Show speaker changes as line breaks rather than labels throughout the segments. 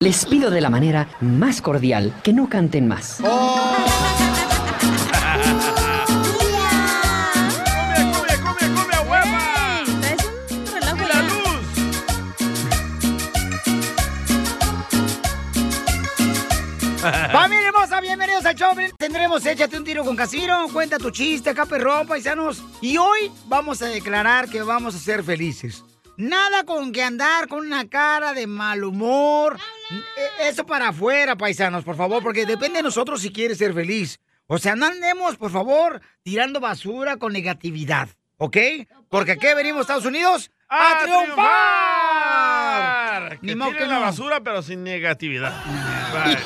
Les pido de la manera más cordial que no canten más.
Oh.
¡Cumbia, cumbia, cumbia, cumbia, hueva!
Traes un reloj
¡Y la
ya.
luz!
Familia hermosa, bienvenidos al show. Tendremos Échate un tiro con Casimiro. Cuenta tu chiste acá, perrón, paisanos. Y hoy vamos a declarar que vamos a ser felices. Nada con que andar con una cara de mal humor. Eh, Eso para afuera, paisanos, por favor, porque depende de nosotros si quieres ser feliz. O sea, no andemos, por favor, tirando basura con negatividad, ¿ok? Porque aquí venimos, Estados Unidos, a, triunfar.
Que
Ni modo
tiren
que
la
no.
basura, pero sin negatividad. Bye.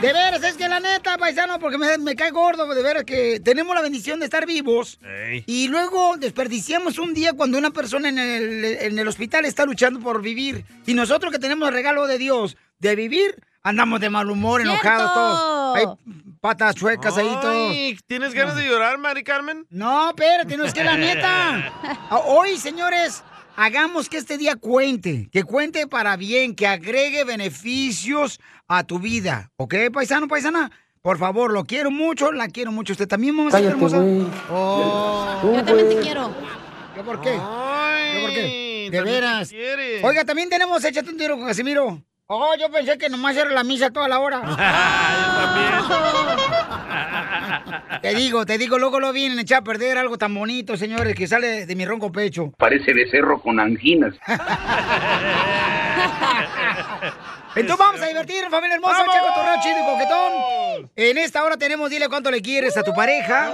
De veras, es que la neta, paisano, porque me, me cae gordo, de veras que tenemos la bendición de estar vivos.
Ey.
Y luego desperdiciamos un día cuando una persona en el, en el hospital está luchando por vivir. Y nosotros que tenemos el regalo de Dios de vivir, andamos de mal humor,
¡Cierto!
enojados todos. Hay patas chuecas ahí todos.
Ay, ¿Tienes ganas de llorar, Mari Carmen?
No, espérate, no es que la neta. A- Hoy, señores, hagamos que este día cuente, que cuente para bien, que agregue beneficios a tu vida. ¿Ok, paisano, paisana? Por favor, lo quiero mucho, la quiero mucho. Usted también, mamá,
Cállate, güey.
Oh,
Yo también te quiero.
¿yo por qué?
Ay,
¿Yo por qué? De
también
veras.
te quiere.
Oiga, también tenemos Échate un tiro con Casimiro. Oh, yo pensé que nomás era la misa toda la hora. Te digo, te digo, luego lo vienen a echar a perder algo tan bonito, señores, que sale de mi ronco pecho.
parece becerro con anginas.
Entonces vamos a divertir, familia hermosa,
¡Vamos!
Checo Torreo Chido y Coquetón. En esta hora tenemos Dile cuánto le quieres a tu pareja.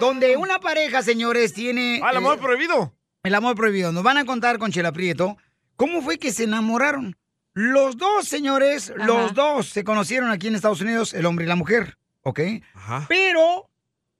Donde una pareja, señores, tiene
Ah, el Ah. amor
eh,
prohibido.
el amor prohibido. Nos van a contar con Chela Prieto cómo fue que se enamoraron. Los dos, señores,
Ajá.
los dos se conocieron aquí en Estados Unidos, el hombre y la mujer, ¿ok?
Ajá.
Pero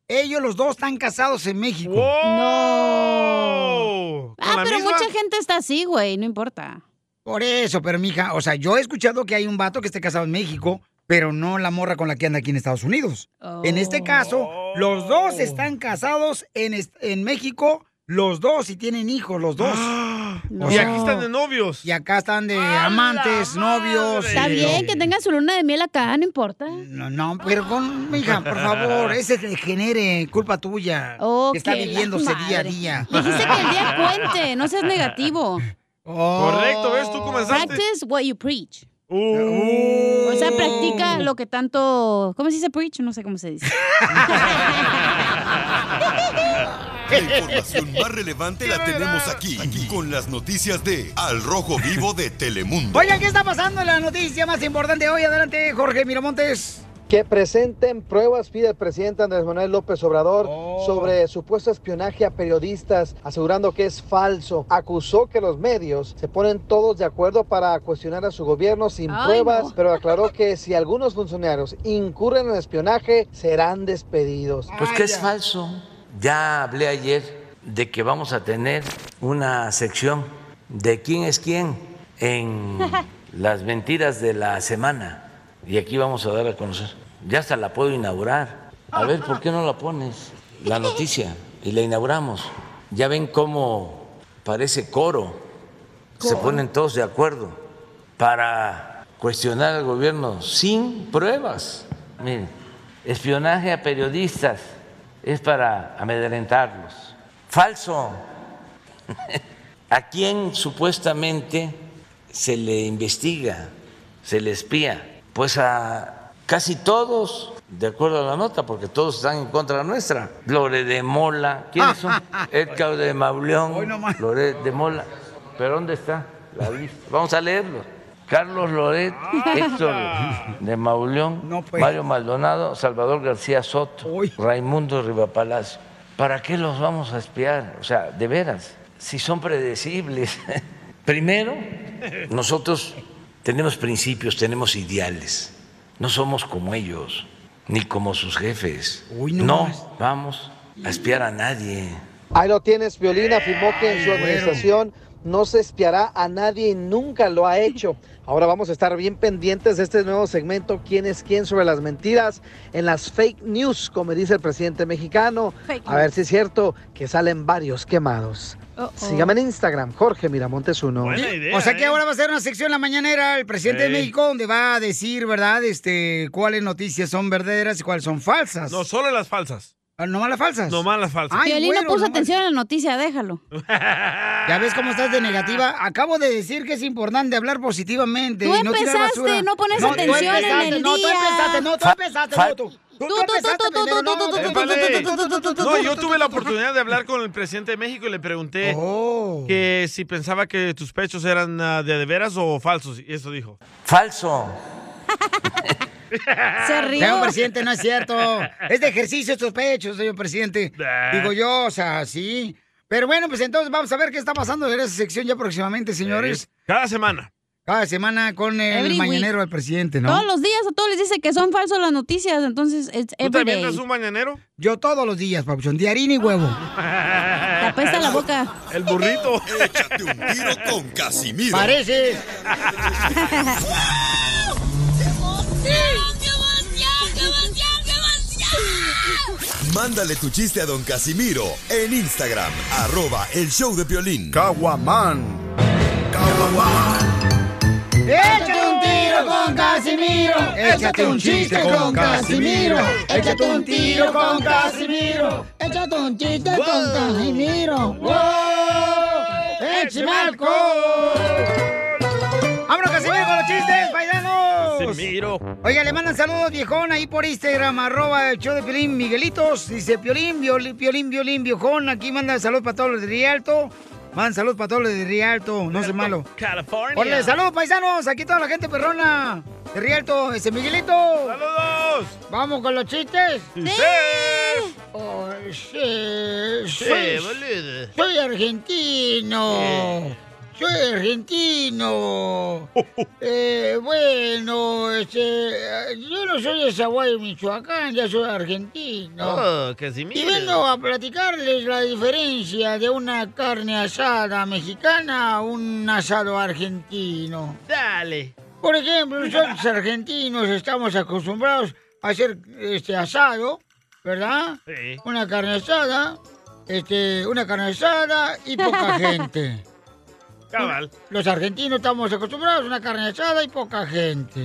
ellos los dos están casados en México.
¡Wow! ¿Con
Ah,
la
pero
misma?
mucha gente está así, güey, no importa.
Por eso, pero mija, o sea, yo he escuchado que hay un vato que esté casado en México, pero no la morra con la que anda aquí en Estados Unidos. En este
Oh.
caso,
Oh.
los dos están casados en, est- en México, los dos y tienen hijos, los dos.
Ah,
No.
Y aquí están de novios.
Y acá están de
¡A la
amantes,
madre!
novios.
Está
eh,
bien que tengan su luna de miel acá, no importa.
No, no, pero con, mija, por favor, ese te genere culpa tuya.
Oh,
que está
que la
viviéndose día a
madre.
día.
Dijiste que el día cuente, no seas negativo.
Oh.
Correcto, ¿ves? Tú comenzaste.
Practice what you preach.
Uh.
O sea, practica lo que tanto. ¿Cómo se dice preach? No sé cómo se dice.
La información más relevante la tenemos aquí, aquí, con las noticias de Al Rojo Vivo de Telemundo.
Oigan, ¿qué está pasando en la noticia más importante hoy? Adelante, Jorge Miramontes.
Que presenten pruebas, pide el presidente Andrés Manuel López Obrador
Oh.
sobre supuesto espionaje a periodistas, asegurando que es falso. Acusó que los medios se ponen todos de acuerdo para cuestionar a su gobierno sin
Ay,
pruebas,
no.
pero aclaró que si algunos funcionarios incurren en espionaje, serán despedidos.
Pues que es
Vaya.
falso. Ya hablé ayer de que vamos a tener una sección de quién es quién en las mentiras de la semana. Y aquí vamos a dar a conocer. Ya hasta la puedo inaugurar. A ver, ¿por qué no la pones? La noticia. Y la inauguramos. Ya ven cómo parece coro. Se ponen todos de acuerdo para cuestionar al gobierno sin pruebas. Miren, espionaje a periodistas es para amedrentarlos. Falso. ¿A quién supuestamente se le investiga, se le espía? Pues a casi todos, de acuerdo a la nota, porque todos están en contra nuestra. Lore de Mola, ¿quiénes son? Edgar de Mauleón,
Hoy nomás.
Loret de Mola. ¿Pero dónde está la lista? Vamos a leerlo. Carlos Loret, Héctor de Mauleón,
Ah. No, pues.
Mario Maldonado, Salvador García Soto,
Uy.
Raimundo Rivapalacio. ¿Para qué los vamos a espiar? O sea, de veras, si son predecibles. Primero, nosotros tenemos principios, tenemos ideales. No somos como ellos, ni como sus jefes.
Uy, no
no
más.
vamos a espiar a nadie.
Ahí lo tienes, Violín afirmó que en su
bueno.
administración no se espiará a nadie y nunca lo ha hecho. Ahora vamos a estar bien pendientes de este nuevo segmento, quién es quién sobre las mentiras en las fake news, como dice el presidente mexicano.
Fake
A ver si es cierto que salen varios quemados.
Oh.
Sígame en Instagram, Jorge Miramontes 1.
o
¿eh?
sea que ahora va a ser una sección en la mañanera el presidente de
Ey.
México donde va a decir, ¿verdad? Este, cuáles noticias son verdaderas y cuáles son falsas.
No, solo las falsas.
¿No más las falsas?
No más las falsas.
Violín no puso atención a la noticia, déjalo.
Ya ves cómo estás de negativa. Acabo de decir que es importante hablar positivamente.
Tú
y no tirar
empezaste,
basura.
no pones
tú
atención en
empezaste,
el
no,
día.
Tú empezaste, no, tú
Fa-
empezaste,
fa-
no, tú.
Tú, tú, tú,
empezaste
tú, tú,
primero,
tú,
no,
tú, tú,
tú,
Épale.
tú, tú, tú, tú, tú,
No,
tú,
yo
tú,
tuve la oportunidad de hablar con el presidente de México y le pregunté
Oh.
que si pensaba que tus pechos eran ah, de de veras o falsos. Y eso dijo.
Falso.
Se
Señor presidente, no es cierto. Es de ejercicio estos pechos, señor presidente. Digo yo, o sea, sí. Pero bueno, pues entonces vamos a ver qué está pasando en esa sección ya próximamente, señores.
Cada semana.
Cada semana con el
Every
mañanero
week.
del presidente, ¿no?
Todos los días a todos les dice que son falsas las noticias, entonces es
¿Tú también
everyday.
eres un mañanero?
Yo todos los días, papuchón. De harina y huevo.
Te
apesta la boca.
El burrito.
Échate un tiro con Casimiro.
Parece.
Mándale tu chiste a don Casimiro en Instagram, arroba el show de violín.
Caguaman.
Échate un tiro con Casimiro. Échate un chiste con Casimiro. Échate un tiro con Casimiro. Échate un chiste con Casimiro. ¡Wow! ¡Échame alcohol! ¡Vámonos, Casimiro, con los chistes, paisanos!
Casimiro.
Oiga, le mandan saludos, viejón, ahí por Instagram, arroba el show de Piolín Miguelitos. Dice Piolín, Violín, Piolín, Violín, viejón. Aquí mandan saludos para todos los de Rialto. Mandan saludos para todos los de Rialto, no sé malo.
California.
Hola, saludos paisanos, aquí toda la gente perrona de Rialto, ese Miguelito.
¡Saludos!
Vamos con los chistes.
Sí.
Oh, sí,
Sí,
soy-
boludo.
soy argentino. Soy argentino. Eh, bueno, este, yo no soy de Zaguay, Michoacán, ya soy argentino.
Oh, Casimiro.
Y vengo a platicarles la diferencia de una carne asada mexicana a un asado argentino.
Dale.
Por ejemplo, nosotros argentinos estamos acostumbrados a hacer este asado, ¿verdad?
Sí.
Una carne asada, este, una carne asada y poca gente.
Cabal.
Los argentinos estamos acostumbrados a una carne asada y poca gente.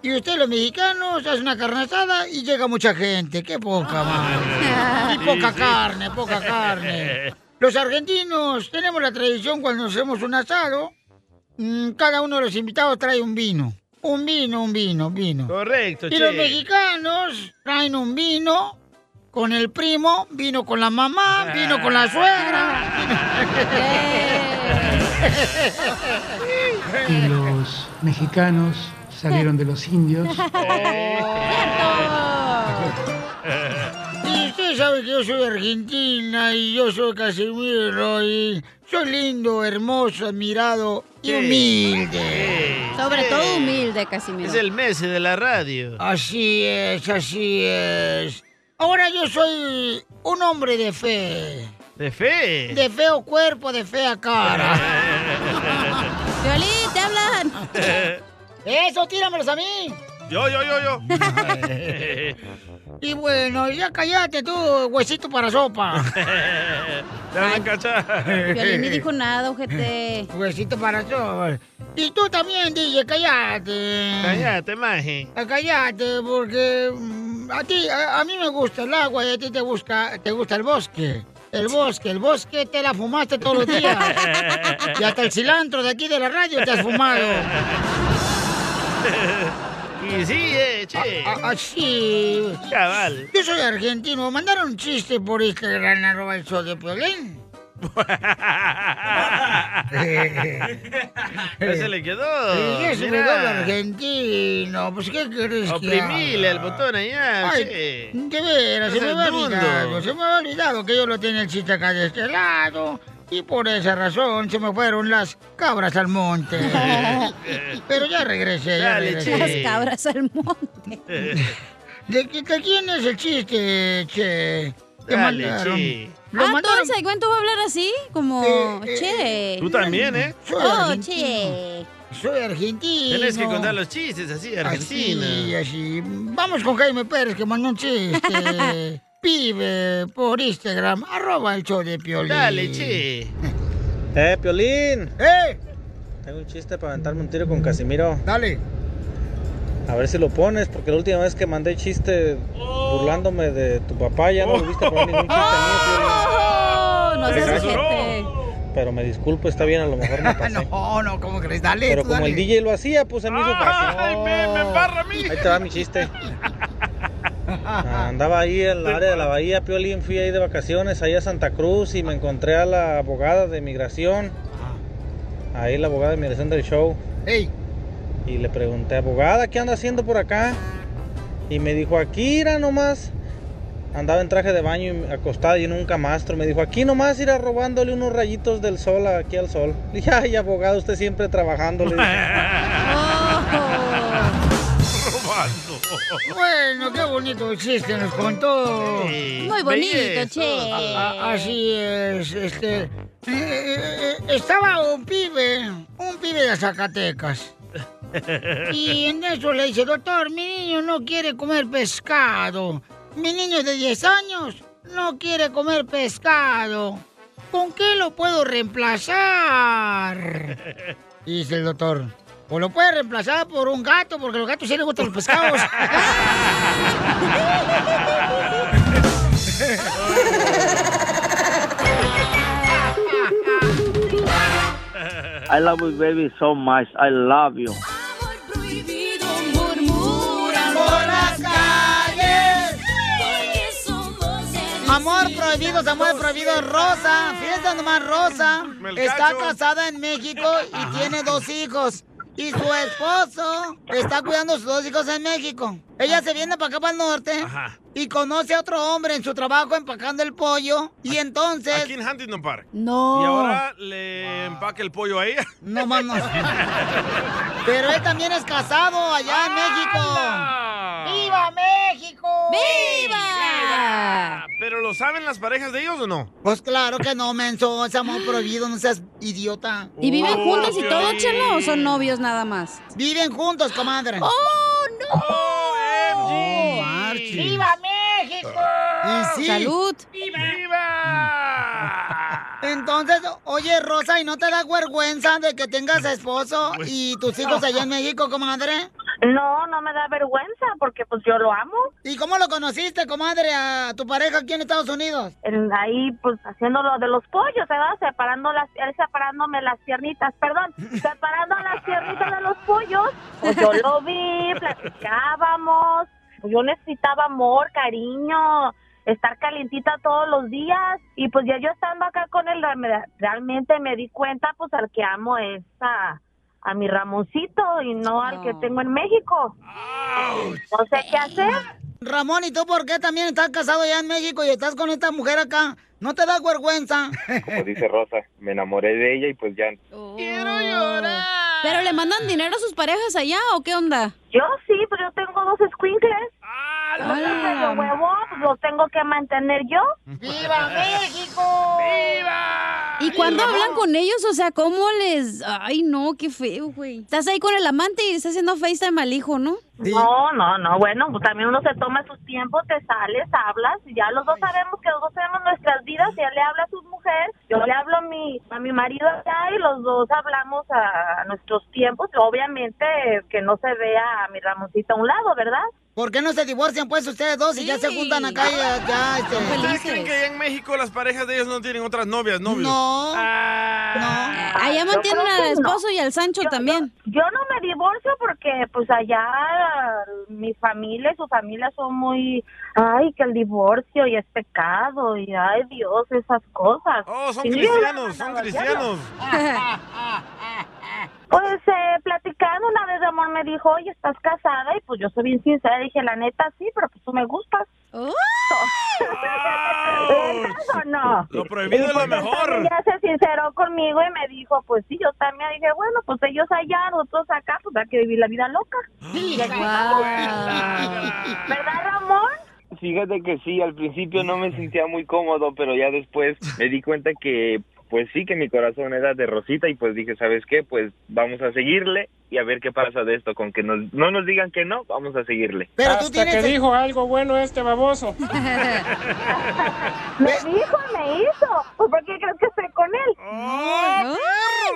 Y ustedes los mexicanos hacen una carne asada y llega mucha gente. Qué poca,
Ah,
madre. Y
Sí,
poca
sí.
carne, poca carne. Los argentinos tenemos la tradición cuando hacemos un asado, mm, cada uno de los invitados trae un vino. Un vino, un vino, vino.
Correcto,
Y los
che.
mexicanos traen un vino con el primo, vino con la mamá, vino con la suegra.
Y los mexicanos salieron de los indios.
Y usted sabe que yo soy argentina y yo soy Casimiro y soy lindo, hermoso, admirado y humilde.
Sobre todo humilde, Casimiro.
Es el Messi de la radio. Eh.
Así es, así es. Ahora yo soy un hombre de fe.
De fe.
De feo cuerpo, de fea cara.
Violín, te hablan.
Eso, tíramelos a mí.
Yo, yo, yo, yo.
Y bueno, ya callate tú, huesito para sopa.
Ah. Te van a cachar.
Violín ni dijo nada, ojete.
Huesito para sopa. Y tú también, DJ, callate.
Cállate, maje.
Ah, Cállate, porque mm, a ti, a, a mí me gusta el agua y a ti te gusta, te gusta el bosque. El bosque, el bosque te la fumaste todos los días. y hasta el cilantro de aquí de la radio te has fumado.
Y sí, eh, che.
A- Así.
Cabal.
ah, Yo soy argentino. Mandaron un chiste por Instagram, arroba el show de Piolín.
se le quedó.
Y ese me
Oh, Mirá.
doble argentino. Pues, ¿qué querés que
Oprimile el
haga?
botón allá,
Ay,
che.
de veras,
Es
se me
el
había
mundo.
olvidado, se me había olvidado que yo lo tenía el chiste acá de este lado. Y por esa razón se me fueron las cabras al monte. Pero ya regresé, ya
Dale,
Las
regresé.
che.
cabras al monte.
¿De, qui- de quién es el chiste, che? Que
Dale,
mandaron.
che.
Lo
ah, todo
mandaron.
el segmento va a hablar así, como
Eh,
che.
Tú también, ¿eh?
Soy
oh,
argentino.
che.
Soy argentino.
Tienes que contar los chistes así, Argentina.
Así, así. Vamos con Jaime Pérez que mandó un chiste. Pibe por Instagram, arroba el show de Piolín.
Dale, che.
Eh, Piolín.
¡Eh!
Tengo un chiste para aventarme un tiro con Casimiro.
Dale.
A ver si lo pones, porque la última vez que mandé chiste burlándome de tu papá ya no volviste a poner ningún chiste
mío, Piolín. Oh, No seas ojete.
Pero me disculpo, está bien, a lo mejor me pasé.
no, Oh, no, ¿cómo crees? Dale.
Pero
tú
como
dale.
el DJ lo hacía, pues se me hizo fácil.
¡Ay, me,
embarra
a mí!
Ahí te va mi chiste. Andaba ahí en la área de la bahía, Piolín, fui ahí de vacaciones, ahí a Santa Cruz y me encontré a la abogada de migración. Ahí la abogada de migración del show. Y le pregunté, abogada, ¿qué anda haciendo por acá? Y me dijo, aquí era nomás. Andaba en traje de baño y acostada y en un camastro. Me dijo, aquí nomás irá robándole unos rayitos del sol aquí al sol. Le dije, ay, abogado, usted siempre trabajando. le dije.
Robando.
Oh.
Bueno, qué bonito chiste nos contó.
Muy bonito, che.
A- Así es, este. eh, eh, eh, estaba un pibe, un pibe de Zacatecas. Y en eso le dice, doctor, mi niño no quiere comer pescado. Mi niño de 10 años no quiere comer pescado. ¿Con qué lo puedo reemplazar? Y dice el doctor, o lo puede reemplazar por un gato, porque a los gatos sí les gustan los pescados.
I love you, baby, so much. I love you.
por las calles. Amor prohibido, amor prohibido, Rosa. Fíjate nomás, Rosa.
Melcacho.
Está casada en México y tiene dos hijos. Y su esposo está cuidando a sus dos hijos en México. Ella se viene para acá para el norte y conoce a otro hombre en su trabajo empacando el pollo. Y entonces.
Aquí en Huntington Park.
No.
Y ahora le empaca el pollo a ella.
No, más no. Pero él también es casado allá en México. ¡Viva México!
¡Viva! ¿Pero lo saben las parejas de ellos o no?
Pues claro que no, menso. Es amor prohibido, no seas idiota.
¿Y viven
Oh,
juntos y todo,
Piolín.
chelo? ¿O son novios nada más?
Viven juntos, comadre.
¡Oh, no!
No marches.
México!
Y sí.
¡Salud!
Entonces, oye, Rosa, ¿y no te da vergüenza de que tengas esposo y tus hijos allá en México, comadre?
No, no me da vergüenza porque pues yo lo amo.
¿Y cómo lo conociste, comadre, a tu pareja aquí en Estados Unidos?
En- ahí pues haciendo lo de los pollos, ¿verdad? Separando las, él separándome las piernitas, perdón, separando las piernitas de los pollos. Pues yo lo vi, platicábamos, pues, yo necesitaba amor, cariño, estar calientita todos los días y pues ya yo estando acá con él re- realmente me di cuenta pues al que amo es a, a mi Ramoncito y no al que tengo en México. No sé qué hacer.
Ramón, ¿y tú por qué también estás casado allá en México y estás con esta mujer acá? ¿No te da vergüenza?
Como dice Rosa, me enamoré de ella y pues ya.
Quiero llorar. ¿Pero le mandan dinero a sus parejas allá o qué onda?
Yo sí, pero yo tengo dos squinkles.
Ah,
Los huevo, pues, los tengo que mantener yo.
¡Viva México!
¡Viva!
¿Y cuándo hablan con ellos? O sea, ¿cómo les...? Ay, no, qué feo, güey. Estás ahí con el amante y estás haciendo FaceTime al hijo, ¿no?
No, no, no, bueno, pues, también uno se toma sus tiempos, te sales, hablas, y ya los dos sabemos que los dos tenemos nuestras vidas, y él le habla a su mujer, yo le hablo a mi, a mi marido allá y los dos hablamos a, a nuestros tiempos, obviamente que no se vea a mi Ramoncito a un lado, ¿verdad?
¿Por qué no se divorcian pues ustedes dos y ya se juntan acá y ya, ya, este...
¿Ustedes creen que allá en México las parejas de ellos no tienen otras novias, novios? Ah,
No.
Ah,
Allá mantienen al esposo y al Sancho también.
Yo no me divorcio porque pues allá uh, mi familia y su familia son muy, ay, que el divorcio y es pecado y ay Dios, esas cosas.
Oh, son
Y yo-
cristianos, son cristianos.
Pues eh, platicando una vez, amor, me dijo, oye, ¿estás casada? Y pues yo soy bien sincera, dije, la neta, sí, pero pues tú me gustas. ¿Verdad o no?
Lo prohibido es lo mejor.
Ya se sinceró conmigo y me dijo, pues sí, yo también dije, bueno, pues ellos allá, nosotros acá, pues hay que vivir la vida loca. Y aquí estamos. ¿Verdad, Ramón?
Fíjate que sí, al principio no me sentía muy cómodo, pero ya después me di cuenta que, pues sí, que mi corazón era de Rosita y pues dije, ¿sabes qué? Pues vamos a seguirle y a ver qué pasa de esto. Con que nos- no nos digan que no, vamos a seguirle.
Hasta que dijo algo bueno este baboso.
Me dijo, me hizo. Pues, ¿Por qué crees que estoy con él?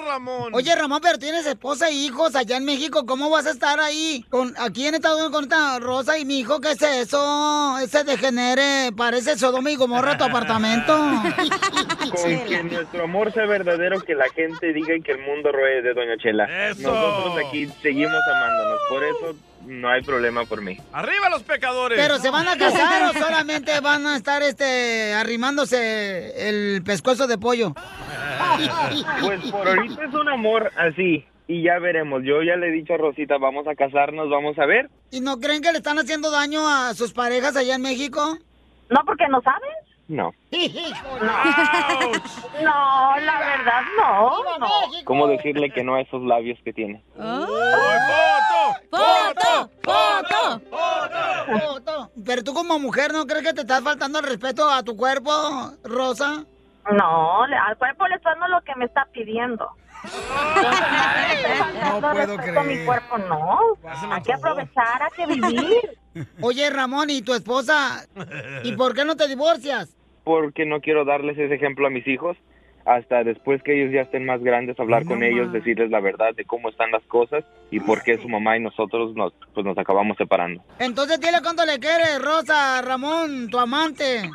Ramón!
Oye, Ramón, pero tienes esposa e hijos allá en México. ¿Cómo vas a estar ahí? Con, aquí en Estados Unidos con esta Rosa y mi hijo, ¿qué es eso? Ese degenere, parece Sodoma y Gomorra tu apartamento.
Con que nuestro amor sea verdadero, que la gente diga que el mundo ruede de Doña Chela.
¡Eso!
Nosotros aquí seguimos amándonos, por eso no hay problema por mí.
¡Arriba los pecadores!
¿Pero se van a casar o solamente van a estar este arrimándose el pescuezo de pollo?
Pues por ahorita es un amor así y ya veremos. Yo ya le he dicho a Rosita, vamos a casarnos, vamos a ver.
¿Y no creen que le están haciendo daño a sus parejas allá en México?
No, porque no saben.
No.
Ah,
No, la verdad, no. no.
¿Cómo decirle que no a esos labios que tiene?
¡Foto! ¡Foto! ¡Foto! ¡Foto! Pero tú como mujer, ¿no crees que te estás faltando el respeto a tu cuerpo, Rosa?
No, le- al cuerpo le estoy dando lo que me está pidiendo. No
puedo
respeto a mi cuerpo, no. Hay que aprovechar, hay que vivir.
Oye, Ramón, ¿y tu esposa? ¿Y por qué no te divorcias?
Porque no quiero darles ese ejemplo a mis hijos hasta después que ellos ya estén más grandes, hablar con ellos, decirles la verdad de cómo están las cosas y por qué su mamá y nosotros nos, pues nos acabamos separando.
Entonces dile cuánto le quieres, Rosa, Ramón, tu amante.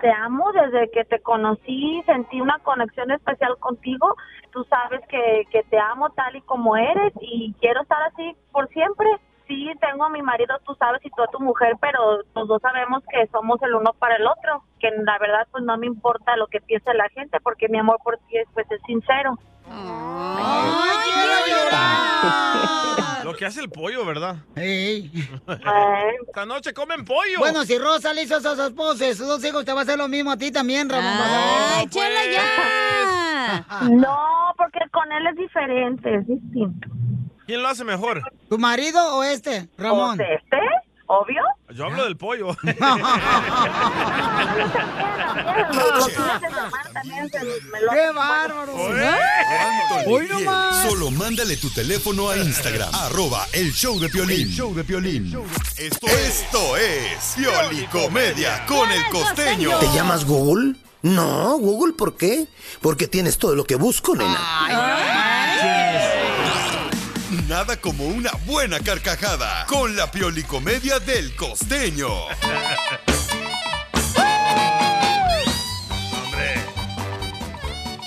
Te amo desde que te conocí, sentí una conexión especial contigo. Tú sabes que, que te amo tal y como eres y quiero estar así por siempre. Sí, tengo a mi marido, tú sabes, y tú a tu mujer, pero los dos sabemos que somos el uno para el otro. Que la verdad, pues no me importa lo que piense la gente, porque mi amor por ti es, pues, es sincero.
¡Ay, quiero Ah.
Lo que hace el pollo, ¿verdad?
Esta
noche comen pollo.
Bueno, si Rosa le hizo eso a su esposo y a sus dos hijos, te va a hacer lo mismo a Pues. ti también, Ramón. ¡Ay, chela ya!
No, porque con él es diferente, es distinto.
¿Quién lo hace mejor?
¿Tu marido o este, Ramón?
¿Este? ¿Obvio?
Yo hablo del pollo.
¡Qué bárbaro!
Hoy Solo mándale tu teléfono a Instagram, arroba el show de Piolín. show de Piolín. Esto, esto es Piolicomedia con el costeño.
¿Te llamas Google? No, Google, ¿por qué? Porque tienes todo lo que busco, nena.
Nada como una buena carcajada con la Piolicomedia del costeño.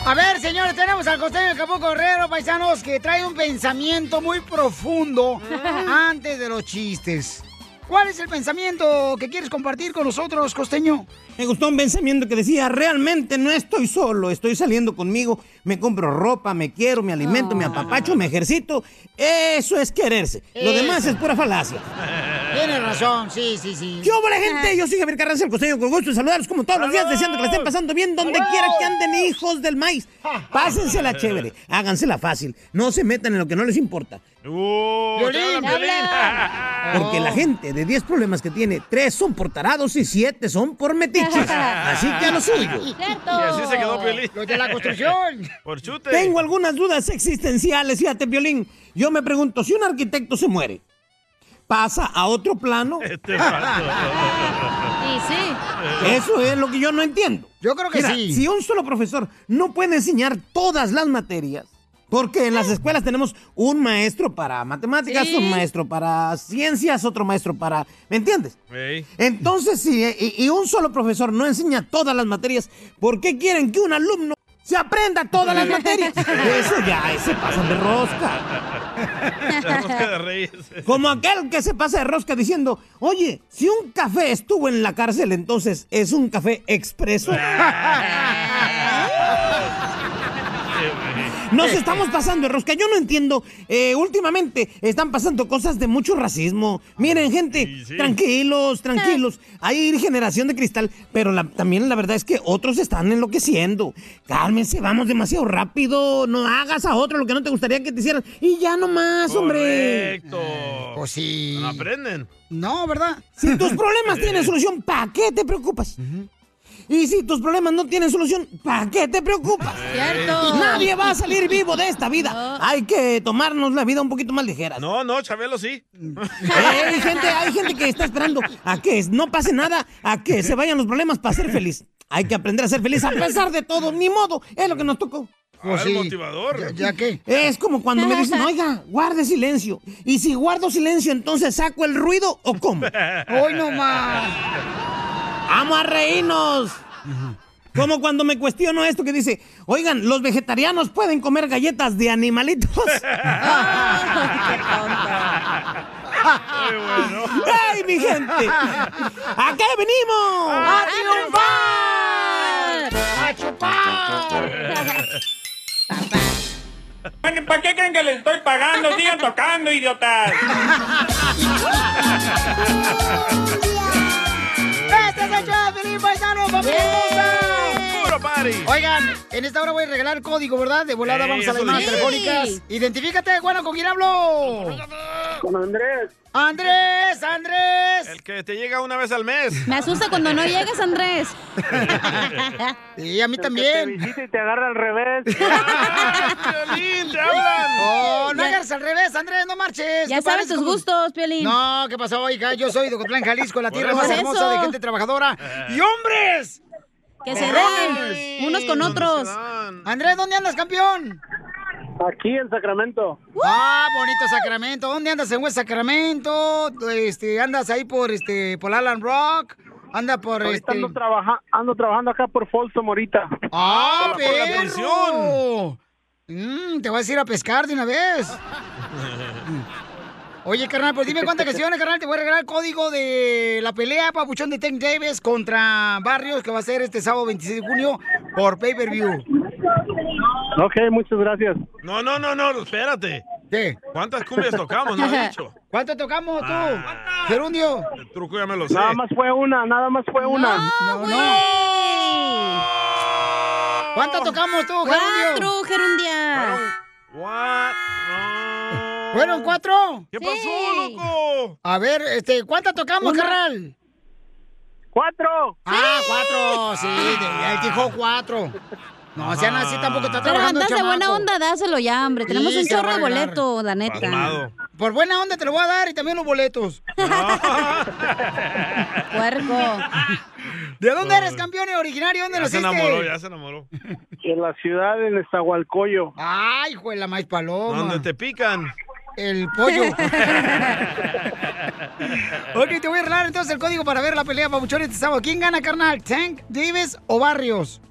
A ver, señores, tenemos al costeño de Capo Correro, paisanos, que trae un pensamiento muy profundo antes de los chistes. ¿Cuál es el pensamiento que quieres compartir con nosotros, costeño?
Me gustó un pensamiento que decía, realmente no estoy solo, estoy saliendo conmigo, me compro ropa, me quiero, me alimento,
Ah.
me apapacho, me ejercito. Eso es quererse. Lo demás
Eso.
es pura falacia.
Tienes razón, sí, sí, sí.
¿Qué hubo la gente? Yo soy Javier Carranza, el costeño, con gusto de saludarlos como todos los días, deseando que la estén pasando bien donde quiera que anden hijos del maíz. Pásensela chévere, hágansela fácil, no se metan en lo que no les importa.
Violín,
Porque
Oh.
la gente de 10 problemas que tiene, 3 son por tarados y 7 son por metiches. Así que a lo suyo.
Y así se quedó Piolín.
Los de la construcción.
Por chute.
Tengo algunas dudas existenciales, fíjate, Piolín. Yo me pregunto, si un arquitecto se muere, ¿pasa a otro plano?
Este
Y sí.
Eh,
Eso es lo que yo no entiendo.
Yo creo
que sí.
Si un solo profesor no puede enseñar todas las materias, porque en las escuelas tenemos un maestro para matemáticas,
Sí.
un maestro para ciencias, otro maestro para... ¿Me entiendes?
Ey.
Entonces, si eh, y, y un solo profesor no enseña todas las materias, ¿por qué quieren que un alumno se aprenda todas las materias? Eso ya, ese pasan de rosca.
La rosca de reyes.
Como aquel que se pasa de rosca diciendo, oye, si un café estuvo en la cárcel, entonces es un café expreso. Nos estamos pasando de rosca. Yo no entiendo. eh, últimamente están pasando cosas de mucho racismo. Miren, gente, tranquilos, tranquilos. Hay generación de cristal, pero la- también la verdad es que otros están enloqueciendo. Cálmense, vamos demasiado rápido. No hagas a otro lo que no te gustaría que te hicieran. Y ya nomás, hombre.
Correcto.
Pues sí.
No aprenden.
No, ¿verdad?
Si tus problemas tienen solución, ¿para qué te preocupas? Y si tus problemas no tienen solución, ¿para qué te preocupas?
Cierto.
Nadie va a salir vivo de esta vida. Hay que tomarnos la vida un poquito más ligera.
No, no, Chabelo sí.
Hay gente, hay gente que está esperando a que no pase nada, a que se vayan los problemas para ser feliz. Hay que aprender a ser feliz a pesar de todo, ni modo, es lo que nos tocó.
Ah, el motivador.
qué? Es como cuando me dicen, oiga, guarde silencio. Y si guardo silencio, entonces saco el ruido o cómo. Hoy no más. Vamos a reírnos. Como cuando me cuestiono esto que dice, oigan, los vegetarianos pueden comer galletas de animalitos. ¡Ay, mi gente! ¿A qué venimos?
¡A triunfar! ¡A chupar!
Bueno, ¿para qué creen que les estoy pagando? Sigan tocando, idiotas.
¡Este es el show de Feliz Paisano, familia
Este
hermosa!
¡Puro party!
Oigan, en esta hora voy a regalar el código, ¿verdad? De volada
Sí,
vamos a las
eso
llamadas
dije.
telefónicas. Identifícate, bueno, ¿con quién hablo? Con Andrés. ¡Andrés, Andrés!
El que te llega una vez al mes.
Me asusta cuando no llegas, Andrés.
Y a mí
también.
te agarra al revés. ¡Piolín, te hablan! ¡Oh, no
Ya-
agarras al revés, Andrés, no marches!
Ya
Tú
sabes
pareces
tus
como-
gustos, Piolín.
No, ¿qué pasó, hija? Yo soy de Cotlán, Jalisco, la
Por
tierra
eso.
más
Por
hermosa de
eso.
gente trabajadora. ¡Y hombres!
Que se dan unos con otros.
Andrés, ¿dónde andas, campeón? Aquí en Sacramento. Ah, bonito Sacramento. ¿Dónde andas en West Sacramento? Este, andas ahí por este por Alan Rock. Anda por
Ahorita
este
ando, trabaja- ando trabajando acá por Folsom ahorita.
¡Ah,
Por la- por la
perro! Mm, te vas a ir a pescar de una vez. Oye, carnal, pues dime cuántas canciones, carnal. Te voy a regalar el código de la pelea, papuchón de Tank Davis contra Barrios, que va a ser este sábado 26 de junio por pay-per-view.
Ok, muchas gracias.
No, no, no, no, espérate.
¿Qué?
¿Cuántas cumbias tocamos? No has dicho.
¿Cuánto tocamos tú?
Ah.
Gerundio.
El truco ya me lo sé.
Nada más fue una, nada más fue una.
No, no. ¿Cuántas tocamos tú, Gerundio?
Cuatro, Gerundia.
¿Fueron cuatro?
¿Qué
pasó, loco? A ver, este, ¿cuántas tocamos, carnal? ¡Cuatro! Ah, cuatro, sí, de- él dijo cuatro. No, sean así tampoco está
Pero
trabajando el
cantaste buena
chamaco.
onda, dáselo ya, hombre. Tenemos
Sí,
un
se va
chorro
a
de
regalar.
boleto, la neta.
Palmado. Por buena onda te lo voy a dar y también los boletos.
Puerco.
¿De dónde eres, campeón? ¿Originario? ¿Dónde
Ah. Ya se
naciste?
enamoró, ya se
enamoró.
En la ciudad, en Estahualcoyo.
Ay, hijo de la maíz paloma.
¿Dónde
te pican?
El pollo. ok, te voy a regalar entonces el código para ver la pelea, Pabuchón, este sábado. ¿Quién gana, carnal? ¿Tank, Davis o Barrios?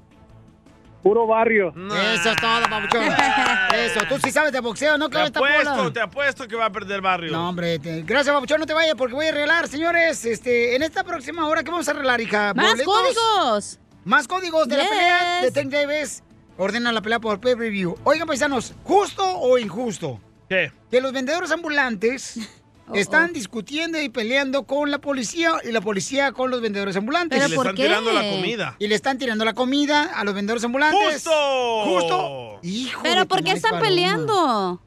Puro barrio.
Eso es todo, Pabuchón. Eso, tú sí sabes de boxeo, ¿no?
Te
Cabe esta bola.
apuesto, te apuesto que va a perder barrio.
No, hombre, te- Eh, gracias, Pabuchón, no te vayas porque voy a regalar, señores, este, en esta próxima hora, ¿qué vamos a regalar, hija?
¡Más
códigos! Más códigos de la
Yes.
pelea de Tank Davis. Ordena la pelea por pay-per-view. Oigan, paisanos, ¿justo o injusto?
¿Qué?
Que los vendedores ambulantes
Oh,
están discutiendo y peleando con la policía y la policía con los vendedores ambulantes.
¿Pero Y le por están qué? tirando la comida.
Y le están tirando la comida a los vendedores ambulantes.
¡Justo!
¡Justo! ¡Hijo
Pero
de
¿por
tu
qué
maíz
están
paloma!
peleando?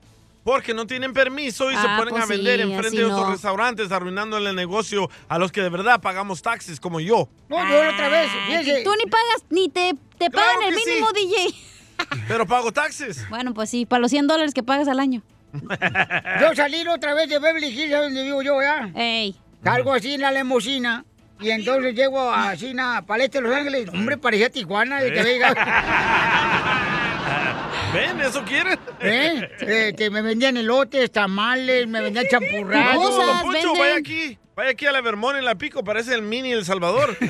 Porque no tienen permiso y se
Ah,
ponen
pues
a vender
sí,
enfrente
así
de otros
no.
restaurantes, arruinándole el negocio a los que de verdad pagamos taxis como yo.
No, yo otra vez. fíjese.
Tú ni pagas, ni te, te
Claro
pagan el
que sí.
mínimo, DJ.
Pero pago taxis.
Bueno, pues sí, para los 100 dólares que pagas al año.
Yo salí la otra vez de Beverly Hills, ¿sabes dónde vivo yo, ya?
Ey.
Salgo así en la limusina y entonces llego a China, Paleta de Los Ángeles. Hombre, parecía Tijuana de que venga.
Eh. ¿Ven? ¿Eso quieren?
¿Eh? Eh, que me vendían elotes, tamales, me vendían champurrados.
Don Poncho, vaya aquí. Vaya aquí a la Vermont en la Pico, parece el mini El Salvador. Ey,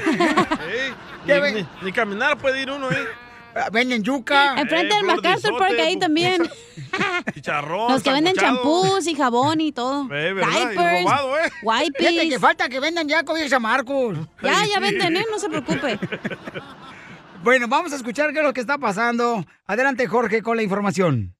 ¿Qué
ni-
ve-
ni, ni caminar puede ir uno, ¿eh?
Venden yuca.
Ah, Enfrente
Eh,
del
puro
MacArthur
guisote,
Park, ahí
pu-
también.
Chicharrón,
Los que venden
sanguchado.
champús y jabón y todo.
Eh, ¿verdad? Y
Diapers,
robado, ¿eh?
wipes.
Fíjate que falta que vendan ya cobijas a Marcos.
Ya, ya venden, ¿eh? No se preocupe.
Bueno, vamos a escuchar qué es lo que está pasando. Adelante, Jorge, con la información.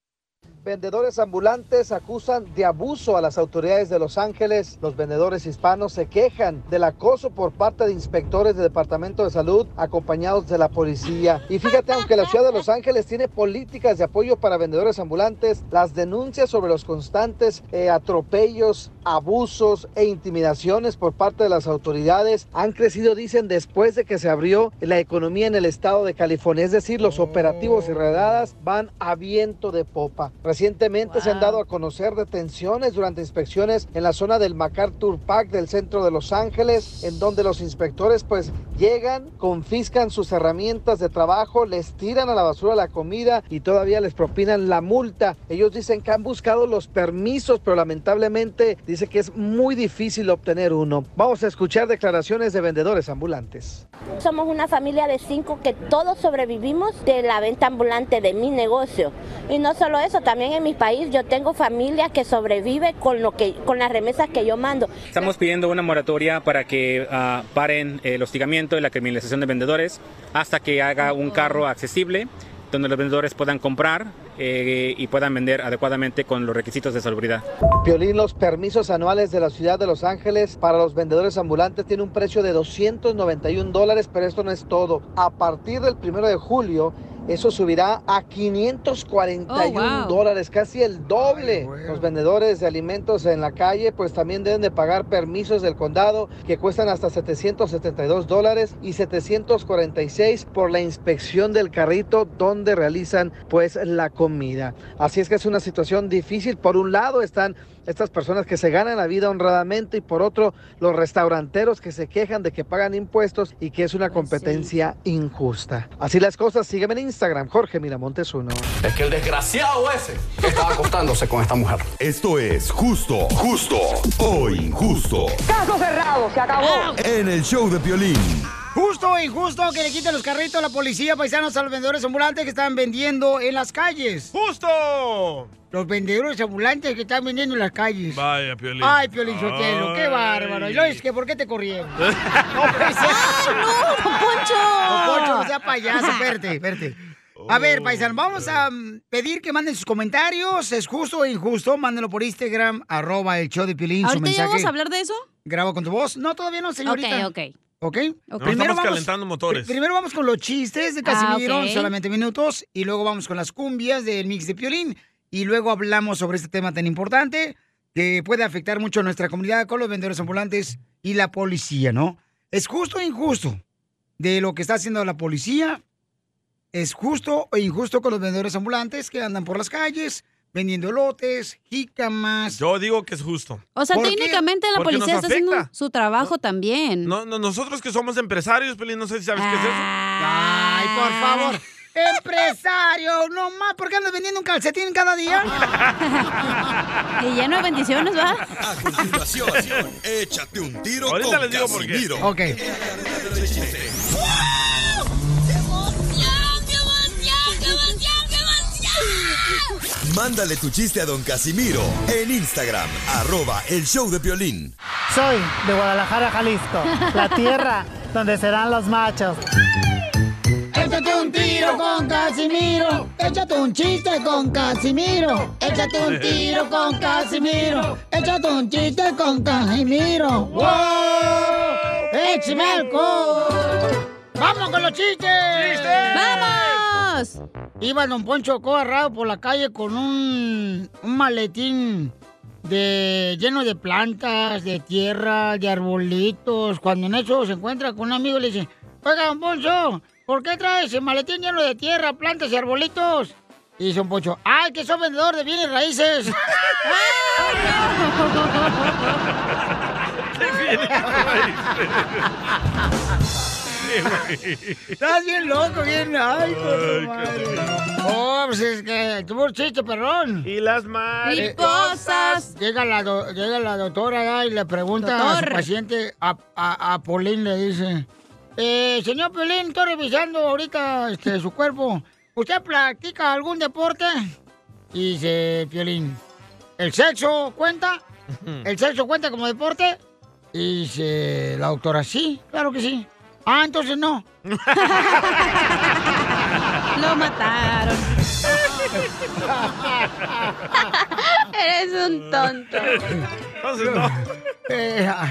Vendedores ambulantes acusan de abuso a las autoridades de Los Ángeles. Los vendedores hispanos se quejan del acoso por parte de inspectores del Departamento de Salud acompañados de la policía. Y fíjate, aunque la ciudad de Los Ángeles tiene políticas de apoyo para vendedores ambulantes, las denuncias sobre los constantes eh, atropellos, abusos e intimidaciones por parte de las autoridades han crecido, dicen, después de que se abrió la economía en el estado de California. Es decir, los operativos y redadas van a viento de popa. Recientemente se han dado a conocer detenciones durante inspecciones en la zona del MacArthur Park del centro de Los Ángeles, en donde los inspectores pues llegan, confiscan sus herramientas de trabajo, les tiran a la basura la comida y todavía les propinan la multa. Ellos dicen que han buscado los permisos, pero lamentablemente dice que es muy difícil obtener uno. Vamos a escuchar declaraciones de vendedores ambulantes.
Somos una familia de cinco que todos sobrevivimos de la venta ambulante de mi negocio. Y no solo eso, también en mi país yo tengo familia que sobrevive con, lo que, con las remesas que yo mando.
Estamos pidiendo una moratoria para que ah, paren el hostigamiento y la criminalización de vendedores hasta que haga un carro accesible donde los vendedores puedan comprar eh, y puedan vender adecuadamente con los requisitos de salubridad.
Piolín, los permisos anuales de la ciudad de Los Ángeles para los vendedores ambulantes tiene un precio de 291 dólares, pero esto no es todo. A partir del primero de julio, eso subirá a 541
Oh, wow.
dólares, casi el doble. Los vendedores de alimentos en la calle, pues también deben de pagar permisos del condado que cuestan hasta 772 dólares y 746 por la inspección del carrito donde realizan pues la comida. Así es que es una situación difícil. Por un lado están estas personas que se ganan la vida honradamente y por otro los restauranteros que se quejan de que pagan impuestos y que es una competencia injusta. Así las cosas, sígueme en Instagram, Jorge Miramontes uno.
Es que el desgraciado ese estaba acostándose con esta mujer.
Esto es justo, justo o injusto.
Caso cerrado, se
Ah.
acabó.
En el show de Piolín.
Justo e injusto que le quiten los carritos a la policía, paisanos, a los vendedores ambulantes que están vendiendo en las calles.
¡Justo!
Los vendedores ambulantes que están vendiendo en las calles.
Vaya, Piolín.
Ay, Piolín Sotelo, qué
Ay.
bárbaro. Y lo es que, ¿por qué te corrieron? ¡No, pues, ¡No, Poncho! Poncho, no sea payaso, espérate, espérate. A
Oh,
ver, paisano, vamos a mm, pedir que manden sus comentarios. ¿Es justo o injusto? Mándenlo por Instagram, arroba el show de Piolín, su
¿Ahorita ya
mensaje.
vamos a hablar de eso?
¿Graba con tu voz? No, todavía no, señorita.
Ok, ok.
¿Ok?
No, estamos calentando motores.
pri- Primero vamos con los chistes de
Ah,
Casimiro,
ok.
solamente minutos, y luego vamos con las cumbias del mix de Piolín, y luego hablamos sobre este tema tan importante que puede afectar mucho a nuestra comunidad con los vendedores ambulantes y la policía, ¿no? ¿Es justo o injusto de lo que está haciendo la policía? ¿Es justo o injusto con los vendedores ambulantes que andan por las calles vendiendo lotes, jícamas?
Yo digo que es justo.
O sea,
¿Por qué?
técnicamente la
Porque
policía
nos
está haciendo
afecta.
su trabajo también.
No, no, nosotros que somos empresarios, Pelín, no sé si sabes qué
Ah.
es
Ay, por favor. Empresario, no más, ¿por qué andas vendiendo un calcetín cada día?
y ya no hay bendiciones, ¿va?
Continuación, échate un tiro
Ahorita
con
les digo por qué.
Casimiro.
Ok.
Mándale tu chiste a don Casimiro en Instagram, arroba el show de Piolín.
Soy de Guadalajara, Jalisco, la tierra donde serán los machos.
Échate un tiro con Casimiro. Échate un chiste con Casimiro. Échate un tiro con Casimiro. Échate un chiste con Casimiro. ¡Wow! ¡Échame alcohol! ¡Vamos con los chistes! ¡Vamos! Iba Don Poncho Cobarrado por la calle con un, un maletín de lleno de plantas, de tierra, de arbolitos. Cuando en eso se encuentra con un amigo y le dice, oiga, Don Poncho, ¿por qué traes ese maletín lleno de tierra, plantas y arbolitos? Y dice Don Poncho, ¡ay, que soy vendedor de bienes raíces! Estás bien loco, bien. Ay, por su madre. Oh, pues es que tuvo un chiste, perrón.
Y las mariposas.
cosas. Llega la, do- llega la doctora ¿verdad? y le pregunta a
Doctor.
su paciente, a, a, a Polín le dice: eh, Señor Polín, estoy revisando ahorita este, su cuerpo. ¿Usted practica algún deporte? Y dice Piolín: ¿El sexo cuenta? ¿El sexo cuenta como deporte? Y dice la doctora: Sí, claro que sí. Ah, entonces no.
Lo mataron. Eres un tonto.
Eh, ah,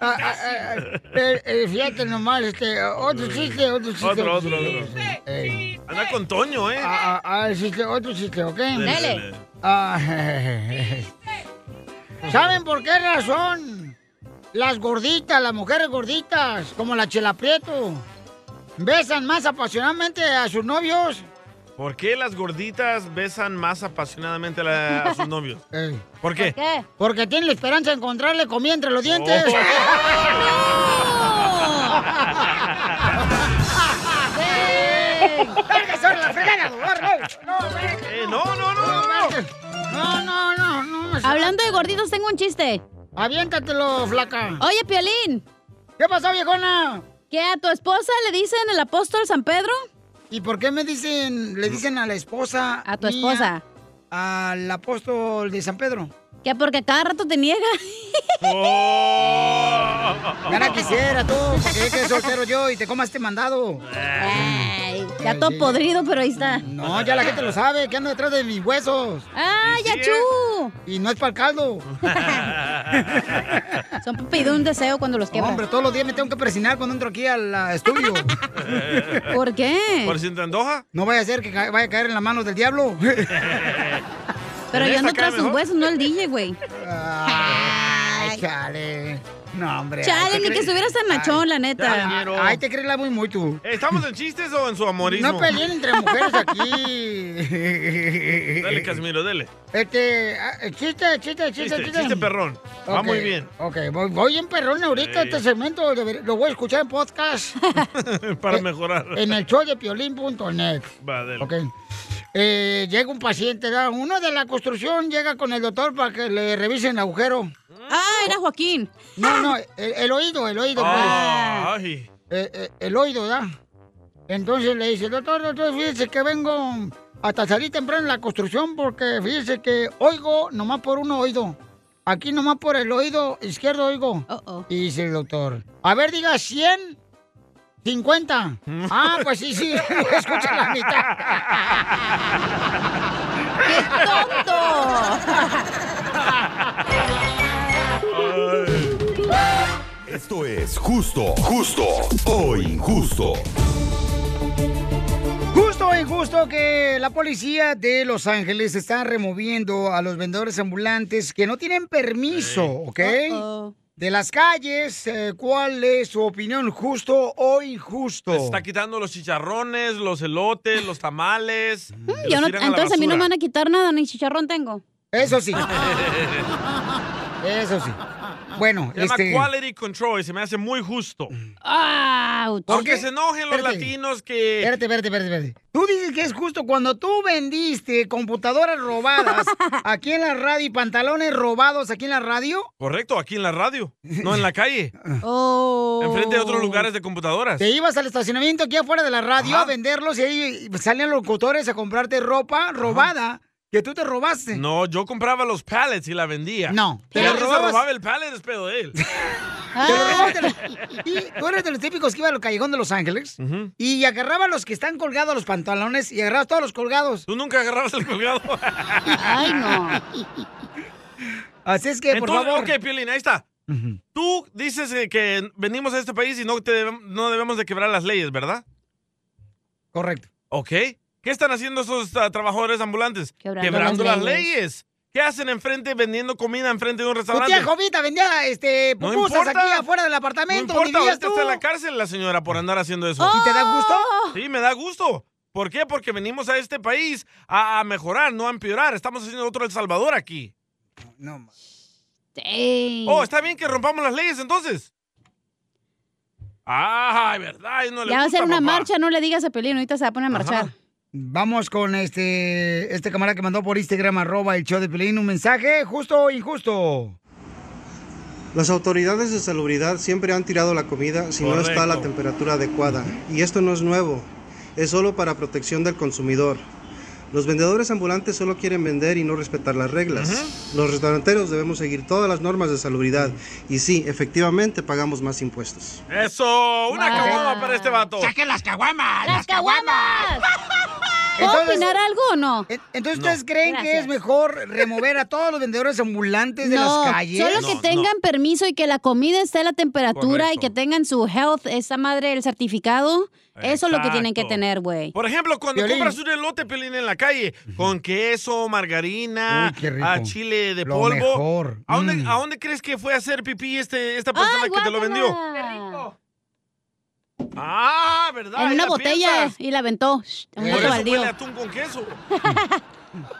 ah, ah, ah, eh, eh, fíjate nomás, este, otro chiste,
Eh,
otro chiste.
Otro, otro, otro. Anda con Toño, ¿eh?
Ah, ah, ah, chiste, otro chiste, ¿ok?
Dele, dele.
Ah, ¿Saben por qué razón? Las gorditas, las mujeres gorditas, como la Chela Prieto, besan más apasionadamente a sus novios.
¿Por qué las gorditas besan más apasionadamente a, la- a sus novios? ¿Por qué?
Porque tienen la esperanza de encontrarle comida entre los dientes.
Oh.
¡Verga, sobre la fregada, gordo!
no, no,
no, no. No, no, no, no.
Hablando de gorditos, tengo un chiste.
Aviéntatelo, flaca.
Oye, Piolín.
¿Qué pasó, viejona?
¿Que a tu esposa le dicen el apóstol San Pedro?
¿Y por qué me dicen, le dicen a la esposa?
A tu
mía,
esposa.
Al apóstol de San Pedro.
Que porque cada rato te niega.
Gana quisiera tú, para que quede soltero yo y te comas este mandado. Eh.
Ya todo podrido, pero ahí está.
No, ya la gente lo sabe, que ando detrás de mis huesos.
¡Ah, ya chu!
Y no es para el caldo.
Son para pedir un deseo cuando los quebran.
Hombre, todos los días me tengo que presionar cuando entro aquí al ah, estudio.
¿Por qué?
¿Por si te antoja?
No vaya a ser que ca- vaya a caer en las manos del diablo.
Pero
¿En
yo
esta
ando
cae
tras sus
mejor?
huesos, no el DJ, güey.
Ay, chale. Eh, No, hombre.
Chale,
ay,
ni
te
que
cre-
estuvieras tan machón, la neta.
Ay, ay, te crees la muy, muy tú.
¿Estamos en chistes o en su amorismo?
No peleen entre mujeres aquí.
Dale, Casimiro, dele.
Este, ah, chiste, chiste, chiste,
Chiste,
chiste.
chiste perrón. Va
Ok,
muy bien.
Ok, voy, voy en perrón ahorita
Sí.
este segmento. deber- Lo voy a escuchar en podcast.
Para
Eh,
mejorar.
En el show de piolín.net.
Va, dele.
Ok. Eh, llega un paciente, ¿verdad? uno de la construcción llega con el doctor para que le revisen el agujero.
Ah, era Joaquín. Ah.
No, no, el, el oído, el oído. pues.
Ay.
Eh, eh, el oído, ¿verdad? Entonces le dice, doctor, doctor, fíjese que vengo hasta salir temprano en la construcción porque fíjese que oigo nomás por un oído. Aquí nomás por el oído izquierdo oigo. Y dice el doctor, a ver, diga 100, 50. ah, pues sí, sí, escucha la mitad.
¡Qué
Esto es justo, justo o injusto.
Justo o injusto que la policía de Los Ángeles está removiendo a los vendedores ambulantes que no tienen permiso, ¿ok? De las calles, eh, ¿cuál es su opinión, justo o injusto?
Les está quitando los chicharrones, los elotes, los tamales. y
Mm. Yo
los
no-
tiran la
entonces a mí no me
basura.
van a quitar nada, ni chicharrón tengo.
Eso sí. Eso sí. Bueno,
Se llama
este- Mm.
quality control y se me hace muy justo.
¿Por
Porque
qué?
se enojen los
Espérate.
latinos que...
Espérate, espérate, espérate, espérate. Tú dices que es justo cuando tú vendiste computadoras robadas aquí en la radio y pantalones robados aquí en la radio.
Correcto, aquí en la radio, no en la calle. Enfrente de otros lugares de computadoras.
Te ibas al estacionamiento aquí afuera de la radio
Ajá.
a venderlos y ahí salían los locutores a comprarte ropa robada que tú te robaste.
No, yo compraba los pallets y la vendía.
No, te
Pero
la
él se
robabas.
robaba el pallet, es pedo eh. de él.
Te lo robaste.
Ah.
Y tú eres de los típicos que iba al callejón de Los Ángeles y agarraba los que están colgados a los pantalones y agarrabas todos los colgados.
Tú nunca agarrabas el colgado.
Ay, no. Así es que, por
Entonces,
favor.
ok, Piolín, ahí está. Tú dices eh, que venimos a este país y no, te debem- no debemos de quebrar las leyes, ¿verdad?
Correcto.
Ok. ¿Qué están haciendo esos ah, trabajadores ambulantes?
Quebrando las
las,
leyes.
leyes. ¿Qué hacen enfrente vendiendo comida enfrente de un
Tu
restaurante?
tía Jovita vendía este,
No
pupusas
importa.
aquí afuera del apartamento
No
donde
importa,
vivías
ahorita
tú.
está en la cárcel la señora por andar haciendo eso.
¿Y te da gusto?
Sí, me da gusto. ¿Por qué? Porque venimos a este país a, a mejorar, no a empeorar. Estamos haciendo otro El Salvador aquí.
No.
Oh, está bien que rompamos las leyes entonces.
Ah,
Ay, verdad. Ay, no le
ya va a
gusta,
ser una
papá.
marcha, no le digas a Pelín, ahorita se va a poner a marchar.
Vamos con este, este camarada que mandó por Instagram, arroba el show de Pelín, un mensaje justo o injusto.
Las autoridades de salubridad siempre han tirado la comida si no está a la
Correcto.
temperatura adecuada. Y esto no es nuevo, es solo para protección del consumidor. Los vendedores ambulantes solo quieren vender y no respetar las reglas. Los restauranteros debemos seguir todas las normas de salubridad. Y sí, efectivamente pagamos más impuestos.
Eso, una caguama para este vato.
¡Saquen las caguamas!
¡Las caguamas! ¿Puedo opinar algo o no?
Entonces, ¿ustedes creen que es
Gracias.
mejor remover a todos los vendedores ambulantes de
no,
las calles?
solo que tengan permiso y que la comida esté a la temperatura y que tengan su health, esa madre, el certificado. Eso es lo que tienen que
Exacto.
tener, güey.
Por ejemplo, cuando
Piolín.
compras un elote pelín en la calle, con queso, margarina,
Uy, qué rico.
ah, chile de
Lo
polvo.
mejor.
¿A, dónde,
Mm.
a dónde crees que fue a hacer pipí este, esta persona que te lo vendió? Ah, ¿verdad?
En
Ahí
una
la
botella
piensas.
y la aventó. shh, a un
Por
gato
eso
baldío.
huele a atún con queso.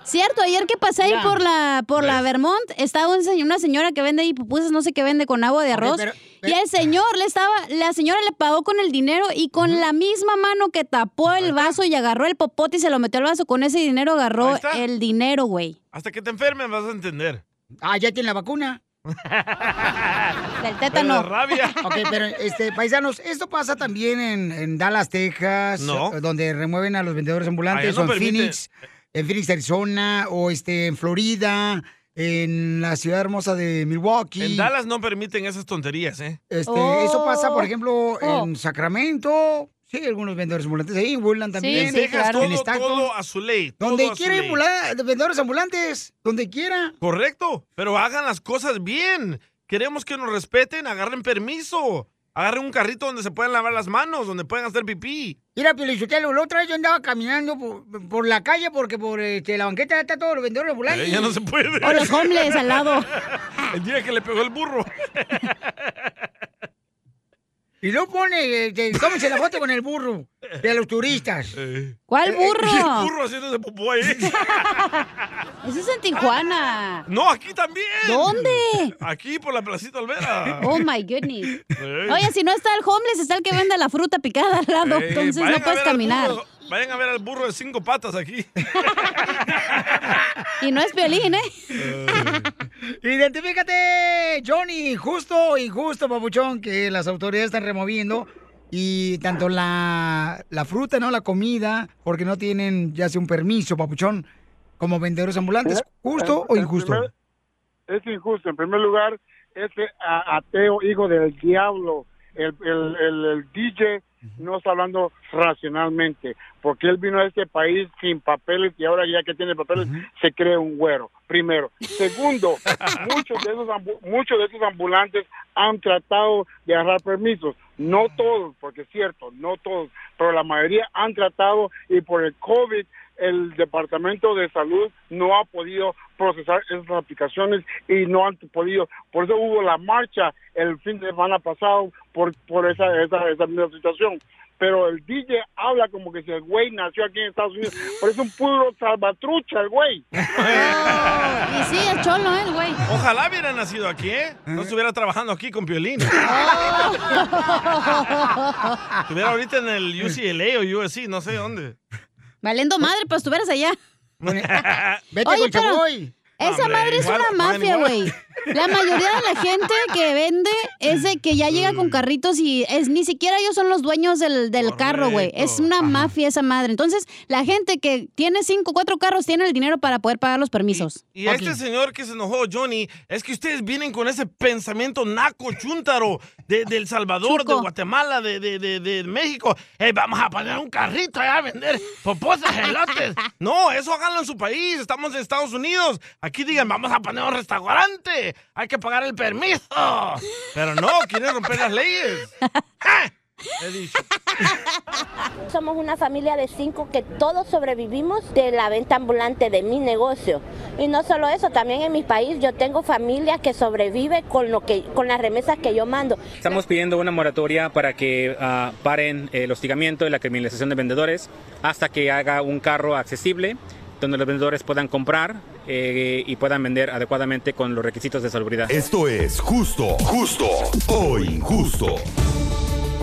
Cierto, ayer que pasé ahí
Ya.
por la por la Vermont, estaba un señor- una señora que vende ahí pupusas, no sé qué vende con agua de
Ok,
arroz.
pero-
y el señor le estaba, la señora le pagó con el dinero y con la misma mano que tapó el vaso y agarró el popote y se lo metió al vaso, con ese dinero
Ahí
agarró
está.
el dinero, güey.
Hasta que te enfermes vas a entender.
Ah, ya tiene la vacuna.
Del
tétano. Pero de rabia.
Ok, pero este, paisanos, esto pasa también en, en Dallas, Texas,
No.
eh, donde remueven a los vendedores ambulantes,
Allá no
o en
permite.
Phoenix, en Phoenix, Arizona, o este, en Florida, en la ciudad hermosa de Milwaukee.
En Dallas Oh. no permiten esas tonterías, ¿eh?
Este, Eso pasa, por ejemplo, en Sacramento. Sí, algunos vendedores ambulantes ahí, en Woodland también.
en Texas
En
todo,
Stockton.
todo a su ley. todo
Donde
a su
quiera hay
ley.
ambula- vendedores ambulantes, donde quiera.
Correcto, pero hagan las cosas bien. Queremos que nos respeten, agarren permiso. Agarren un carrito donde se puedan lavar las manos, donde puedan hacer pipí.
Mira, Piolichotelo, la otra vez yo andaba caminando por, por la calle porque por este, la banqueta está todos los vendedores ambulantes.
Eh, ya no se puede.
O los homeless al lado.
El día que le pegó el burro.
Y luego pone, este, tómense la foto con el burro de los turistas.
¿Cuál
Eh,
burro?
eh,
El burro haciéndose popó ahí.
Eso es en Tijuana.
No, aquí también.
¿Dónde?
Aquí por la placita Olvera.
Oh my goodness.
Eh.
Oye, si no está el homeless, está el que vende la fruta picada al lado,
Eh,
entonces
vayan
no
a
puedes
ver al
caminar.
burro- vayan a ver al burro de cinco patas aquí.
Y no es violín, ¿eh?
Identifícate, Johnny, justo o injusto, papuchón, que las autoridades están removiendo. Y tanto la, la fruta, ¿no? La comida, porque no tienen ya sea un permiso, papuchón, como vendedores ambulantes. ¿Justo o injusto?
Es injusto. En primer lugar, ese a- ateo hijo del diablo, el, el, el- el DJ, no está hablando racionalmente, porque él vino a este país sin papeles y ahora ya que tiene papeles se cree un güero, primero. Segundo, muchos de, esos ambu- muchos de esos ambulantes han tratado de agarrar permisos. No todos, porque es cierto, no todos, pero la mayoría han tratado y por el COVID el Departamento de Salud no ha podido procesar esas aplicaciones y no han podido. Por eso hubo la marcha el fin de semana pasado por, por esa, esa, esa misma situación. Pero el DJ habla como que si el güey nació aquí en Estados Unidos. Por eso es un puro salvatrucha el güey.
Y sí, es cholo, ¿eh, el güey?
Ojalá hubiera nacido aquí, ¿eh? No estuviera trabajando aquí con Piolín. Estuviera ahorita en el UCLA o USC, no sé dónde.
Valiendo madre, pues estuvieras allá.
Vete
Oye, pero Esa
Hombre,
madre es
igual,
una
igual,
mafia,
igual.
güey. La mayoría de la gente que vende es de que ya llega
Mm.
con carritos y es ni siquiera ellos son los dueños del, del carro, güey. Es una mafia esa madre. Entonces, la gente que tiene cinco, cuatro carros tiene el dinero para poder pagar los permisos.
Y este señor que se enojó, Johnny, es que ustedes vienen con ese pensamiento naco, chúntaro, de, de El Salvador, de Guatemala, de, de- de- de México. Hey, vamos a poner un carrito allá a vender popozas, elotes. No, eso háganlo en su país. Estamos en Estados Unidos. Aquí digan, vamos a poner un restaurante. Hay que pagar el permiso. Pero no, quieren romper las leyes. ¡Ja! He dicho.
Somos una familia de cinco que todos sobrevivimos de la venta ambulante de mi negocio. Y no solo eso, también en mi país yo tengo familia que sobrevive con lo que con las remesas que yo mando.
Estamos pidiendo una moratoria para que ah, paren el hostigamiento y la criminalización de vendedores hasta que haga un carro accesible donde los vendedores puedan comprar eh, y puedan vender adecuadamente con los requisitos de salubridad.
Esto es justo, justo o injusto.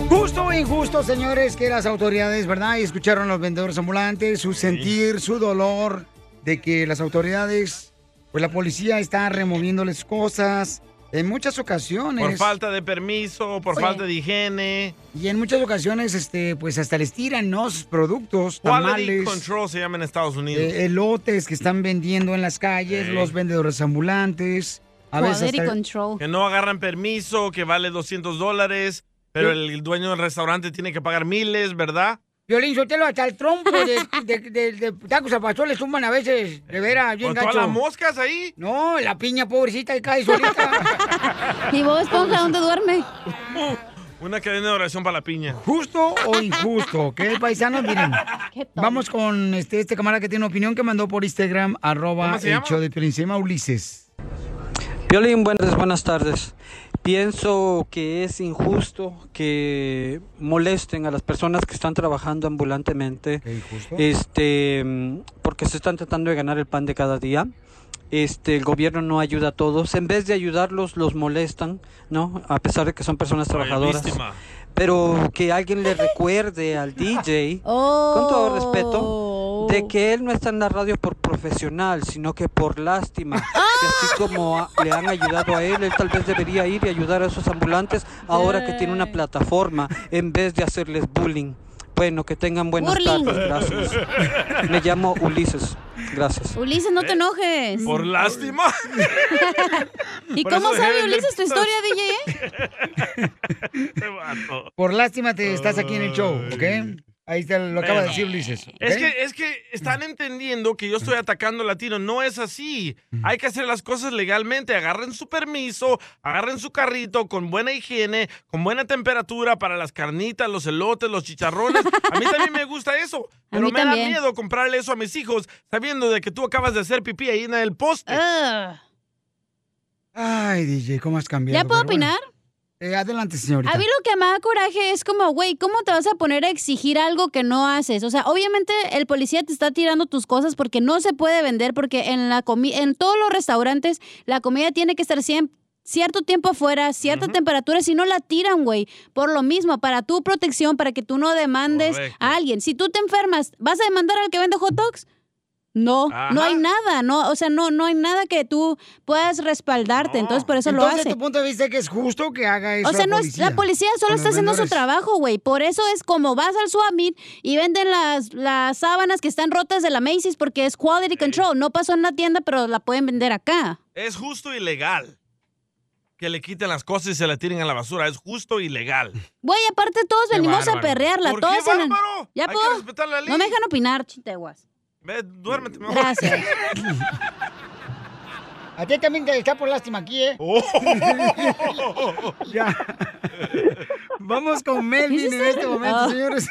Justo o injusto, señores, que las autoridades, ¿verdad? Y escucharon a los vendedores ambulantes, su sentir, su dolor de que las autoridades, pues la policía está removiéndoles cosas en muchas ocasiones.
Por falta de permiso, por
Sí.
falta de higiene.
Y en muchas ocasiones, este, pues hasta les tiran ¿no? sus productos,
Quality
tamales,
control se llama en Estados Unidos.
eh, elotes que están vendiendo en las calles,
Sí.
los vendedores ambulantes. A veces hasta-
Que no agarran permiso, que vale 200 dólares, pero el dueño del restaurante tiene que pagar miles, ¿verdad?
Violín Sotelo, hasta el trompo de, de- de- de tacos al pastor le suman a veces, de veras, bien
¿Con
gacho.
todas las moscas ahí?
No, la piña pobrecita y cae solita.
¿Y vos, Esponja, dónde duerme?
Uh, Una cadena de oración para la piña.
¿Justo o injusto? ¿Ok, paisanos? Miren, vamos con este, este camarada que tiene una opinión que mandó por Instagram, arroba
se
el
llama?
show de Piolín. Se llama Ulises.
Piolín, buenas, buenas tardes. Pienso que es injusto que molesten a las personas que están trabajando ambulantemente, este, mm, porque se están tratando de ganar el pan de cada día. Este, el gobierno no ayuda a todos. En vez de ayudarlos, los molestan, ¿no? A pesar de que son personas trabajadoras.
víctima.
Pero que alguien le recuerde al DJ, con todo respeto,
Oh.
de que él no está en la radio por profesional, sino que por lástima. Que así como a- le han ayudado a él, él tal vez debería ir y ayudar a esos ambulantes ahora que tiene una plataforma, en vez de hacerles bullying. Bueno, que tengan buenas
Burling.
tardes, gracias. Me llamo Ulises, gracias.
Ulises,
Eh,
no te enojes.
Por
lástima.
¿Y
Por
cómo
eso
sabe
deben de
Ulises tu historia, DJ? eh?
Oh.
Por lástima te estás aquí en el show, ¿ok? Ahí está, lo acaba de
Bueno.
decir Ulises. ¿ok?
Es que, es que están entendiendo que yo estoy atacando latino. No es así. Hay que hacer las cosas legalmente. Agarren su permiso, agarren su carrito con buena higiene, con buena temperatura para las carnitas, los elotes, los chicharrones. A mí también me gusta eso. Pero
mí
me da
también.
miedo comprarle eso a mis hijos sabiendo de que tú acabas de hacer pipí ahí en el poste.
Ay, DJ, ¿cómo has cambiado?
¿Ya puedo
Pero bueno.
opinar?
Eh, adelante, señorita.
A mí lo que me da coraje es como, güey, ¿cómo te vas a poner a exigir algo que no haces? O sea, obviamente el policía te está tirando tus cosas porque no se puede vender, porque en la comi en todos los restaurantes la comida tiene que estar siempre cierto tiempo afuera, cierta temperatura, si no la tiran, güey, por lo mismo, para tu protección, para que tú no demandes
Correcto.
a alguien. Si tú te enfermas, ¿vas a demandar al que vende hot dogs? No, no hay nada, no, o sea, no, no hay nada que tú puedas respaldarte, entonces por eso
Entonces,
lo hace.
tu punto de vista es que es justo que haga eso
O sea,
la
no es-
policía.
la policía solo
con
está
los
haciendo su
vendedores.
trabajo, güey. Por eso es como vas al swap meet y venden las, las sábanas que están rotas de la Macy's porque es quality control. No pasó en la tienda, pero la pueden vender acá.
Es justo y legal. Que le quiten las cosas y se las tiren a la basura. Es justo y legal.
Güey, aparte todos
Qué
venimos a
bárbaro.
perrearla.
¿Por qué,
todos en el-
bárbaro?
¿Ya
Hay que
puedo?
respetar la ley.
No me dejan opinar, chiteguas.
Ve, duérmete mejor.
Gracias.
A ti también te está por lástima aquí, ¿eh?
Oh.
ya. Vamos con Melvin en este momento,
Ah.
señores.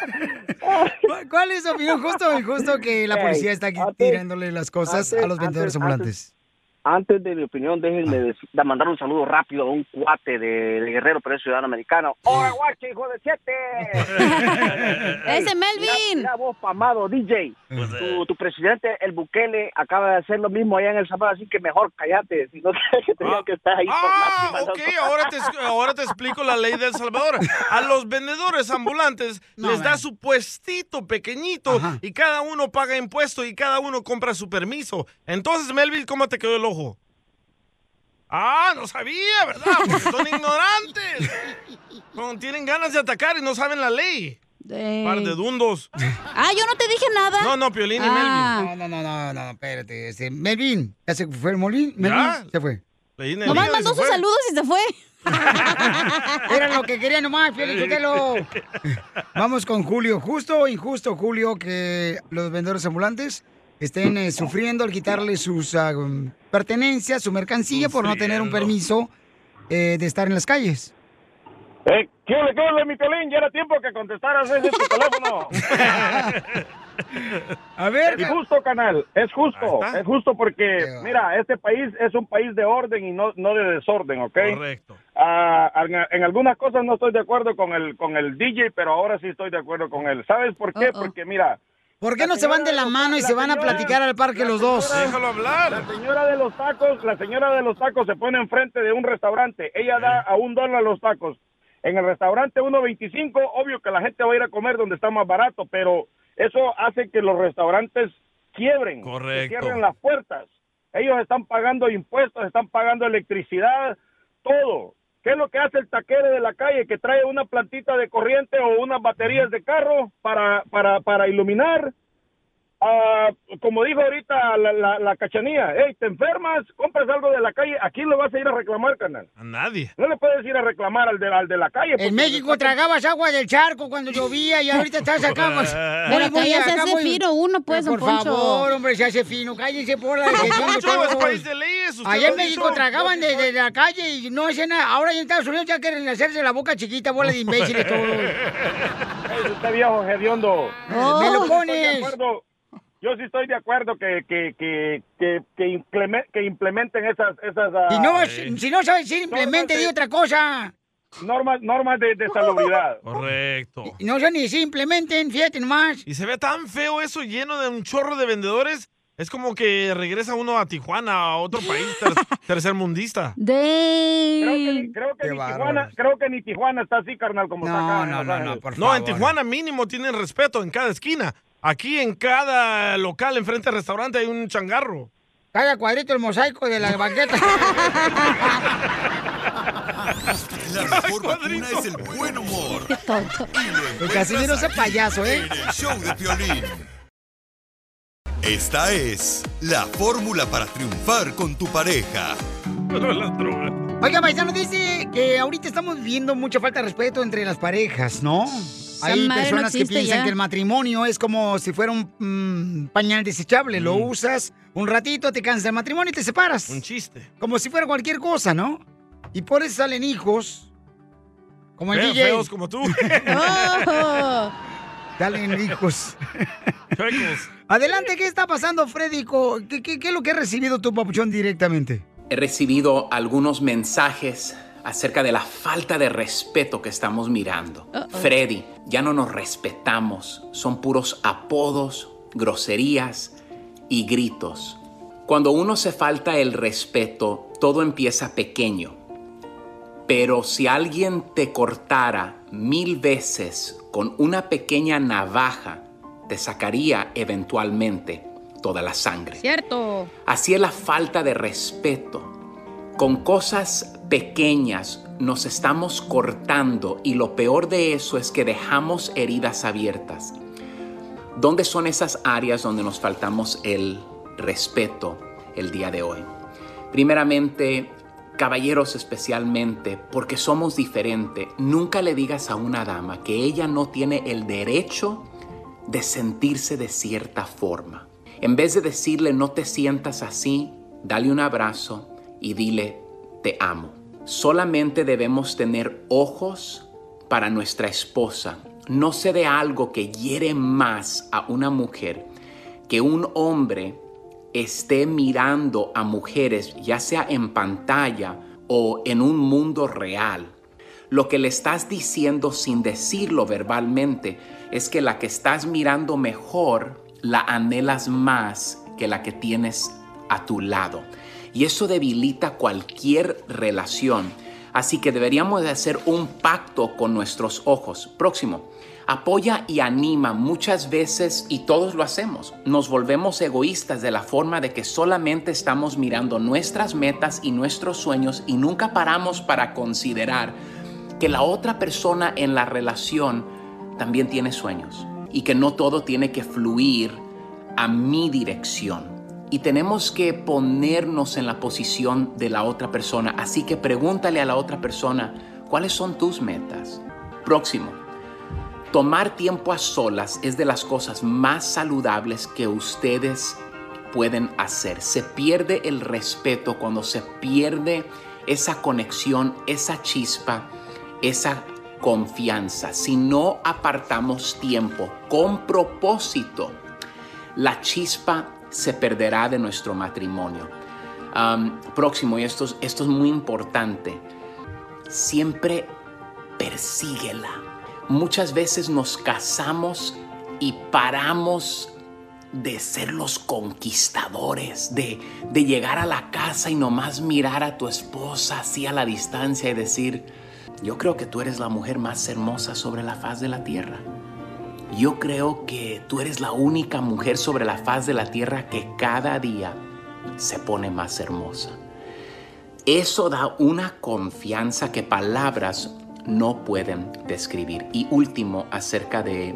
¿Cu- ¿Cuál es su opinión, justo o injusto, que la policía está aquí tirándole las cosas a los vendedores ambulantes?
Antes de mi opinión, déjenme
Ah.
des- de mandar un saludo rápido a un cuate de, de Guerrero, pero es ciudadano americano. ¡Oye, Oh, guacho, hijo de siete!
¡Ese Melvin!
Mira, mira vos, pamado, DJ.
Pues, eh.
Tu, tu presidente, el Bukele, eh, acaba de hacer lo mismo allá en El Salvador, así que mejor cállate, si no crees que tenía que estar ahí por
Ah,
lástima, ¿no?
ok, ahora te, ahora te explico la ley de El Salvador. A los vendedores ambulantes les da su puestito pequeñito y cada uno paga impuesto y cada uno compra su permiso. Entonces, Melville, ¿cómo te quedó el ojo? Ah, no sabía, ¿verdad? Porque son ignorantes. Son- tienen ganas de atacar y no saben la ley.
Eh.
Par de dundos.
Ah, yo no te dije nada.
No, no, Piolín y
Ah.
No, no, no, no, no, espérate. Este, Melvin, ¿ya se fue el Molín? Melvin,
Ya.
se fue.
Leí en el
Nomás
libro y
mandó
se fue.
sus saludos y se fue.
Era lo que quería nomás, Piolín Sotelo. Vamos con Julio. ¿Justo o injusto, Julio, que los vendedores ambulantes estén eh, sufriendo al quitarle sus ah, um, pertenencias, su mercancía, por no tener un permiso eh, de estar en las calles?
Eh, ¿Qué ole, qué ole, mi Piolín? Ya era tiempo que contestaras ese tu teléfono.
A ver.
Es justo, canal. Es justo. Es justo porque, mira, este país es un país de orden y no, no de desorden, ¿ok?
Correcto.
Ah, en, en algunas cosas no estoy de acuerdo con el, con el DJ, pero ahora sí estoy de acuerdo con él. ¿Sabes por qué? Porque, mira...
Ah, ¿Por qué no se van de la mano y se van a platicar al parque los dos?
La señora de los tacos, la señora de los tacos se pone enfrente de un restaurante. Ella da a un dólar los tacos. En el restaurante 1.25, obvio que la gente va a ir a comer donde está más barato, pero eso hace que los restaurantes quiebren, que
Correcto.
cierren las puertas. Ellos están pagando impuestos, están pagando electricidad, todo. ¿Qué es lo que hace el taquero de la calle que trae una plantita de corriente o unas baterías de carro para, para, para iluminar? ah, como dijo ahorita la, la, la cachanía, hey, te enfermas, compras algo de la calle, ¿a quién lo vas a ir a reclamar, canal?
A nadie.
No le puedes ir a reclamar al de, al de la calle. porque-
En México tragabas agua del charco cuando llovía y ahorita estás acá. pues.
Pero
Voy,
acá
voy,
ya se
acá
hace
voy.
fino uno, pues,
Eh, Por
don Poncho.
favor, hombre, se hace fino. Cállense por la decisión de
Poncho, es
todos.
país de leyes, usted
Allá en
lo
México
hizo.
tragaban desde la calle y no hacían nada. Ahora en Estados Unidos ya quieren hacerse la boca chiquita, bola de imbéciles todos.
Ey, usted viejo hediondo.
Oh. Me lo
Yo sí estoy de
pones.
acuerdo- Yo sí estoy de acuerdo que, que, que, que, que, implemen- que implementen esas... esas ah,
Si no, si no saben decir, simplemente di otra cosa.
Normas, normas de, de salubridad.
Correcto.
No son ni simplemente, fíjate nomás.
Y se ve tan feo eso lleno de un chorro de vendedores. Es como que regresa uno a Tijuana, a otro país ter- tercermundista.
Creo que, ni- creo, que ni Tijuana, creo que ni Tijuana está así, carnal, como está acá. en Los Ángeles.
No, en Tijuana mínimo tienen respeto en cada esquina. Aquí en cada local, enfrente al restaurante, hay un changarro.
Cada cuadrito el mosaico de la banqueta.
La mejor vacuna es el buen humor.
Qué tonto.
El Casimiro es payaso, ¿eh?
El show de Piolín. Esta es la fórmula para triunfar con tu pareja.
Oiga, paisano, dice que ahorita estamos viviendo mucha falta de respeto entre las parejas, ¿no?
madre
Hay
no
personas que
existe
piensan
ya.
que el matrimonio es como si fuera un mm, pañal desechable. Lo usas un ratito, te cansas del matrimonio y te separas. Un
chiste.
Como si fuera cualquier cosa, ¿no? Y por eso salen hijos. Como el
Fe-
DJ.
Feos como tú.
Oh. Salen hijos. Adelante, ¿qué está pasando, Freddy? Co- ¿Qué, qué, qué es lo que has recibido tu papuchón directamente?
He recibido algunos mensajes acerca de la falta de respeto que estamos mirando.
Uh-oh.
Freddy, ya no nos respetamos. Son puros apodos, groserías y gritos. Cuando uno se falta el respeto, todo empieza pequeño. Pero si alguien te cortara mil veces con una pequeña navaja, te sacaría eventualmente toda la sangre.
Cierto.
Así es la falta de respeto. Con cosas pequeñas nos estamos cortando y lo peor de eso es que dejamos heridas abiertas. ¿Dónde son esas áreas donde nos faltamos el respeto el día de hoy? Primeramente, caballeros especialmente, porque somos diferentes, nunca le digas a una dama que ella no tiene el derecho de sentirse de cierta forma. En vez de decirle no te sientas así, dale un abrazo y dile te amo. Solamente debemos tener ojos para nuestra esposa. No se dé algo que hiere más a una mujer que un hombre esté mirando a mujeres, ya sea en pantalla o en un mundo real. Lo que le estás diciendo sin decirlo verbalmente es que la que estás mirando mejor la anhelas más que la que tienes a tu lado. Y eso debilita cualquier relación. Así que deberíamos de hacer un pacto con nuestros ojos. Próximo. Apoya y anima muchas veces y todos lo hacemos. Nos volvemos egoístas de la forma de que solamente estamos mirando nuestras metas y nuestros sueños y nunca paramos para considerar que la otra persona en la relación también tiene sueños y que no todo tiene que fluir a mi dirección. Y tenemos que ponernos en la posición de la otra persona. Así que pregúntale a la otra persona, ¿cuáles son tus metas? Próximo. Tomar tiempo a solas es de las cosas más saludables que ustedes pueden hacer. Se pierde el respeto cuando se pierde esa conexión, esa chispa, esa confianza. Si no apartamos tiempo con propósito, la chispa se perderá de nuestro matrimonio. Am, próximo, y esto, es- esto es muy importante, siempre persíguela. Muchas veces nos casamos y paramos de ser los conquistadores, de, de llegar a la casa y nomás mirar a tu esposa así a la distancia y decir, yo creo que tú eres la mujer más hermosa sobre la faz de la tierra. Yo creo que tú eres la única mujer sobre la faz de la tierra que cada día se pone más hermosa. Eso da una confianza que palabras no pueden describir. Y último, acerca de,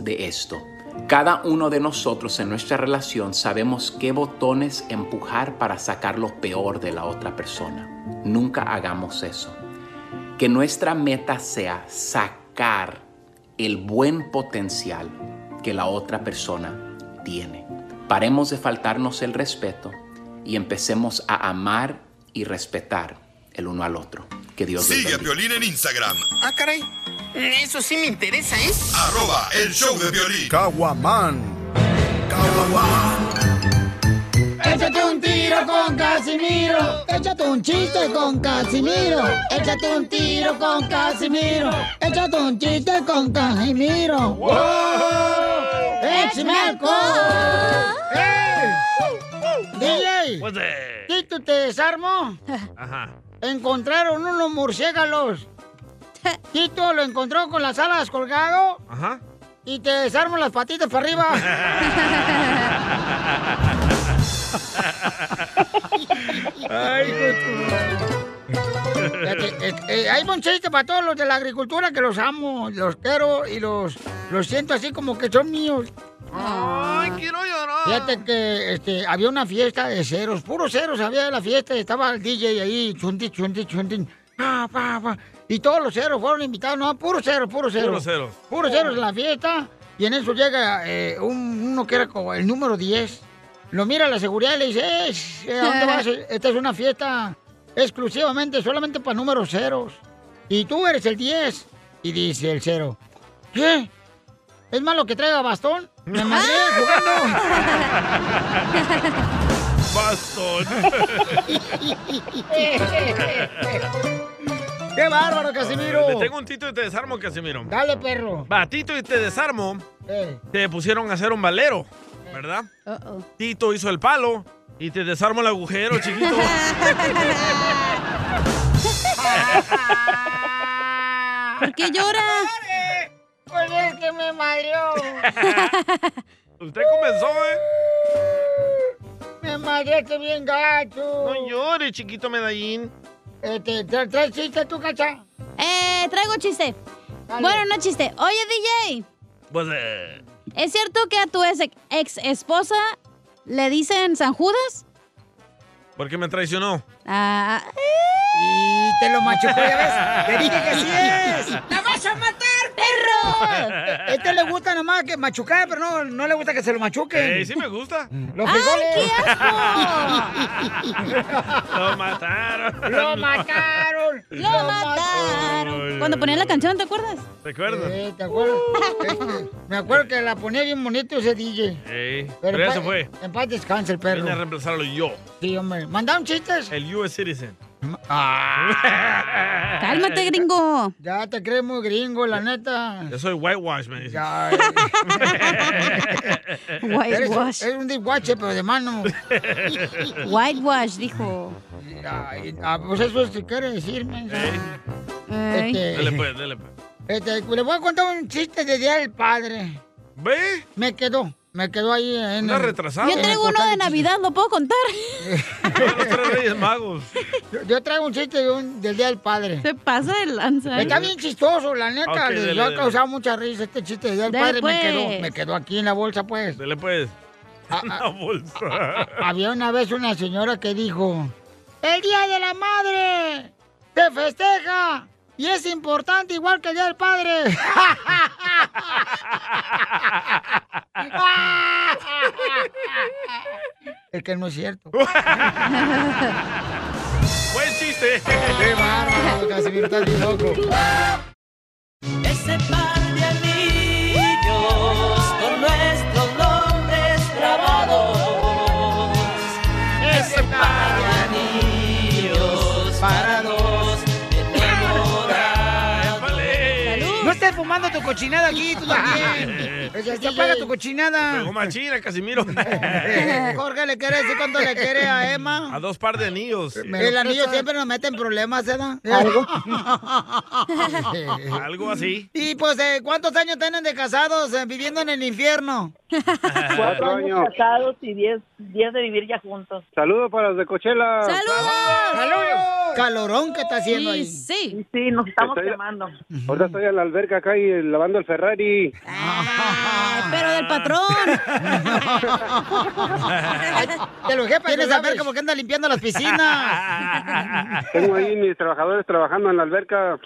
de esto, Cada uno de nosotros en nuestra relación sabemos qué botones empujar para sacar lo peor de la otra persona. Nunca hagamos eso. Que nuestra meta sea sacar el buen potencial que la otra persona tiene. Paremos de faltarnos el respeto y empecemos a amar y respetar el uno al otro. Que Dios los
Sigue a
bendiga.
Piolín en Instagram.
Ah, caray. Eso sí me interesa, ¿eh?
Arroba el show de violín.
Échate un tiro con Casimiro. Échate un chiste con Casimiro. Échate un tiro con Casimiro. Échate un chiste con Casimiro. ¡Wow! ¡Échame alcohol! ¡Ey! DJ, ¿Tito te desarmó?
Ajá.
Encontraron unos murciélagos. Tito lo encontró con las alas colgado
Ajá.
y te desarmó las patitas para arriba. Ay, hijo de tu madre. Fíjate, eh, eh, hay un chiste para todos los de la agricultura que los amo, los quiero y los, los siento así como que son míos. Ay, quiero llorar. Fíjate que este, había una fiesta de ceros, puros ceros había de la fiesta y estaba el DJ ahí, chunti, chunti, chunti, pa, pa, pa. Y todos los ceros fueron invitados, no, puros ceros, puros ceros.
Puros ceros.
Puros ceros en la fiesta. Y en eso llega eh, un- uno que era como el número 10. Lo mira la seguridad y le dice, "Eh, eh, ¿a dónde vas? Esta es una fiesta exclusivamente, solamente para números ceros. Y tú eres el 10. Y dice el cero, ¿qué? ¿Es malo que traiga bastón? Me madré jugando.
Bastón.
¡Qué bárbaro,
Le
Casimiro!
tengo un tito y te desarmo, Casimiro.
Dale, perro.
Va, Tito y te desarmo.
Eh.
Te pusieron a hacer un valero, ¿verdad? Tito hizo el palo y te desarmo el agujero, chiquito.
¿Por qué llora?
Pues es que me madrió.
Usted comenzó, ¿eh?
Me madreaste bien gacho.
No llores, chiquito medallín.
Este, ¿tra- ¿Traes chiste tú, cacha?
Eh, traigo chiste. Bueno, no chiste. Oye, DJ,
Pues, eh,
¿es cierto que a tu ex, ex esposa le dicen San Judas?
¿por qué me traicionó?
Ah,
y te lo machucó,
ya ves. Te dije que sí ¿eh?
es. ¡La vas a matar, perro! Este le gusta nomás que machucar, pero no, no le gusta que se lo machuquen.
Eh, sí me gusta.
Los frijoles.
Lo mataron.
¡Lo mataron!
¡Lo mataron! Cuando ponía la canción, ¿te acuerdas?
¿Recuerdas?
Eh, ¿te acuerdas? Este, me acuerdo que la ponía bien bonito ese DJ.
Ey, pero ya
en
se
paz-
fue.
En paz descanse el perro.
Vine a reemplazarlo yo.
Sí, hombre. ¿Mandaron chistes?
El US Citizen. Ah.
Cálmate,
gringo.
Ya te crees muy gringo, la neta.
Yo soy whitewash, me dicen.
Eres, eres un diguache, pero de mano.
Whitewash, dijo.
Ay, ah, pues eso es lo que quiere decirme.
Ay.
Dale
Este,
pues, dale pues.
este, le voy a contar un chiste de Día del Padre.
¿Ve?
Me quedó, me quedó ahí en
Anda
el-
retrasado.
en
Yo
el
traigo uno
costal.
de Navidad, ¿lo puedo contar?
Los tres reyes magos.
Yo, yo traigo un chiste de un- del Día del Padre.
Se pasa de lanza.
Está bien chistoso, la neta.
Ok,
le-
dele,
yo ha
dele.
causado mucha risa este chiste del Día del
Dale,
Padre. Me
pues.
quedó, me quedó aquí en la bolsa, pues. Ah,
Dale pues. Una bolsa.
Había una vez una señora que dijo, el Día de la Madre se festeja y es importante igual que el Día del Padre. es que no es cierto.
Buen chiste.
Qué bárbaro, Casimiro, estás bien loco.
Ese par de anillos con nuestros nombres grabados. Ese par de anillos para dos
No estés fumando tu cochinada aquí, tú también. O sea, ya apaga tu cochinada.
Pegó machina, Casimiro.
Jorge, ¿le quiere decir cuánto le quiere a Emma? Eh,
A dos par de anillos.
El anillo siempre nos mete en problemas, ¿eh, ¿verdad?
Algo.
Algo.
Algo así.
Y pues, eh, ¿cuántos años tienen de casados eh, viviendo en el infierno?
Cuatro años casados y diez, diez de vivir ya juntos. Saludos para los de Cochela.
¡Saludos! Calorón que está haciendo ahí.
Sí.
Sí, nos
estamos
quemando. Ahorita estoy en la alberca acá y lavando el Ferrari.
Eh, Pero del patrón.
Te lo jefa, tienes a ver como que anda limpiando las piscinas.
Tengo ahí mis trabajadores trabajando en la alberca.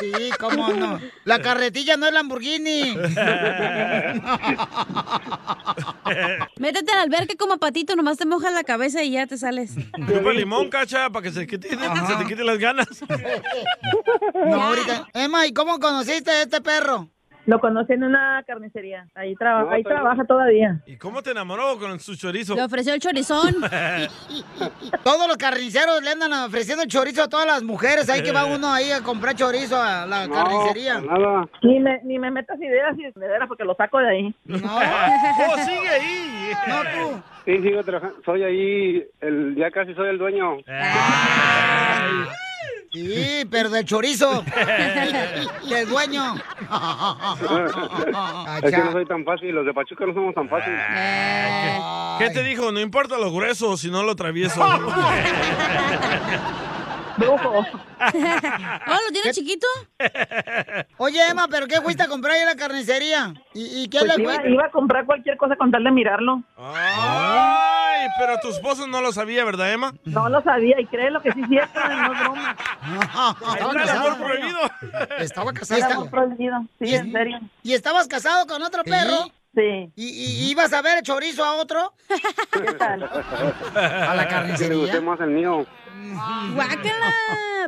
Sí, cómo no. La carretilla no es Lamborghini.
Métete al alberca como patito, nomás te mojas la cabeza y ya te sales.
Chupa limón, cacha, para que se, quite- se te quiten las ganas.
No, ahorita. Emma, ¿y cómo conociste a este perro?
Lo conocí en una Ah, carnicería. Ahí, traba-
No,
ahí
todavía-
trabaja todavía.
¿Y cómo te enamoró con su chorizo?
Le ofreció el chorizón. Todos los carniceros le andan ofreciendo chorizo a todas las mujeres. Ahí que va uno ahí a comprar chorizo a la carnicería.
Ni me, ni me metas ideas y veras porque lo saco de ahí.
¡Oh, sigue ahí!
No, tú.
Sí, sigo trabajando. Soy ahí, el, ya casi soy el dueño.
Sí, pero del chorizo. del dueño.
es que no soy tan fácil, los de Pachuca no somos tan fáciles.
Eh.
¿Qué te dijo? No importa lo grueso, si no lo travieso.
Brujo.
¿Oh, lo tiene chiquito? Oye, Emma, ¿pero qué fuiste a comprar ahí a la carnicería? ¿Y, y qué
Pues
le
iba,
fuiste?
iba a comprar cualquier cosa con tal de mirarlo.
Ay, pero tu esposo no lo sabía, ¿verdad, Emma?
No lo sabía y cree lo que sí es cierto, no es broma.
Está el amor prohibido.
Estaba este
casada. prohibido, sí, en serio.
¿Y estabas casado con otro perro?
Sí.
¿Y, y ibas a ver chorizo a otro?
A
la
Que le
carnicería.
guste más el mío,
¡Guácala!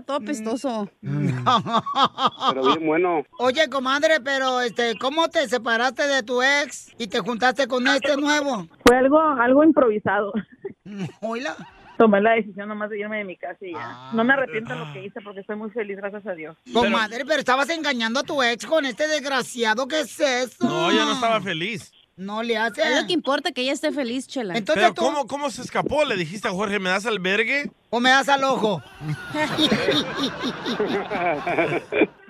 Todo pestoso.
pero bien bueno.
Oye, comadre, pero este, ¿cómo te separaste de tu ex y te juntaste con este nuevo?
Fue algo, algo improvisado.
¿Oíla?
Tomé la decisión nomás de irme de mi casa y
Ah.
ya. No me arrepiento de lo que hice porque estoy muy feliz, gracias a Dios.
Comadre, pero estabas engañando a tu ex con este desgraciado, ¿qué es eso?
No, ya no estaba feliz.
No le hace.
Es lo que importa, que ella esté feliz, chela.
pero ¿cómo, ¿cómo se escapó? ¿Le dijiste a Jorge, me das albergue?
¿O me das al ojo?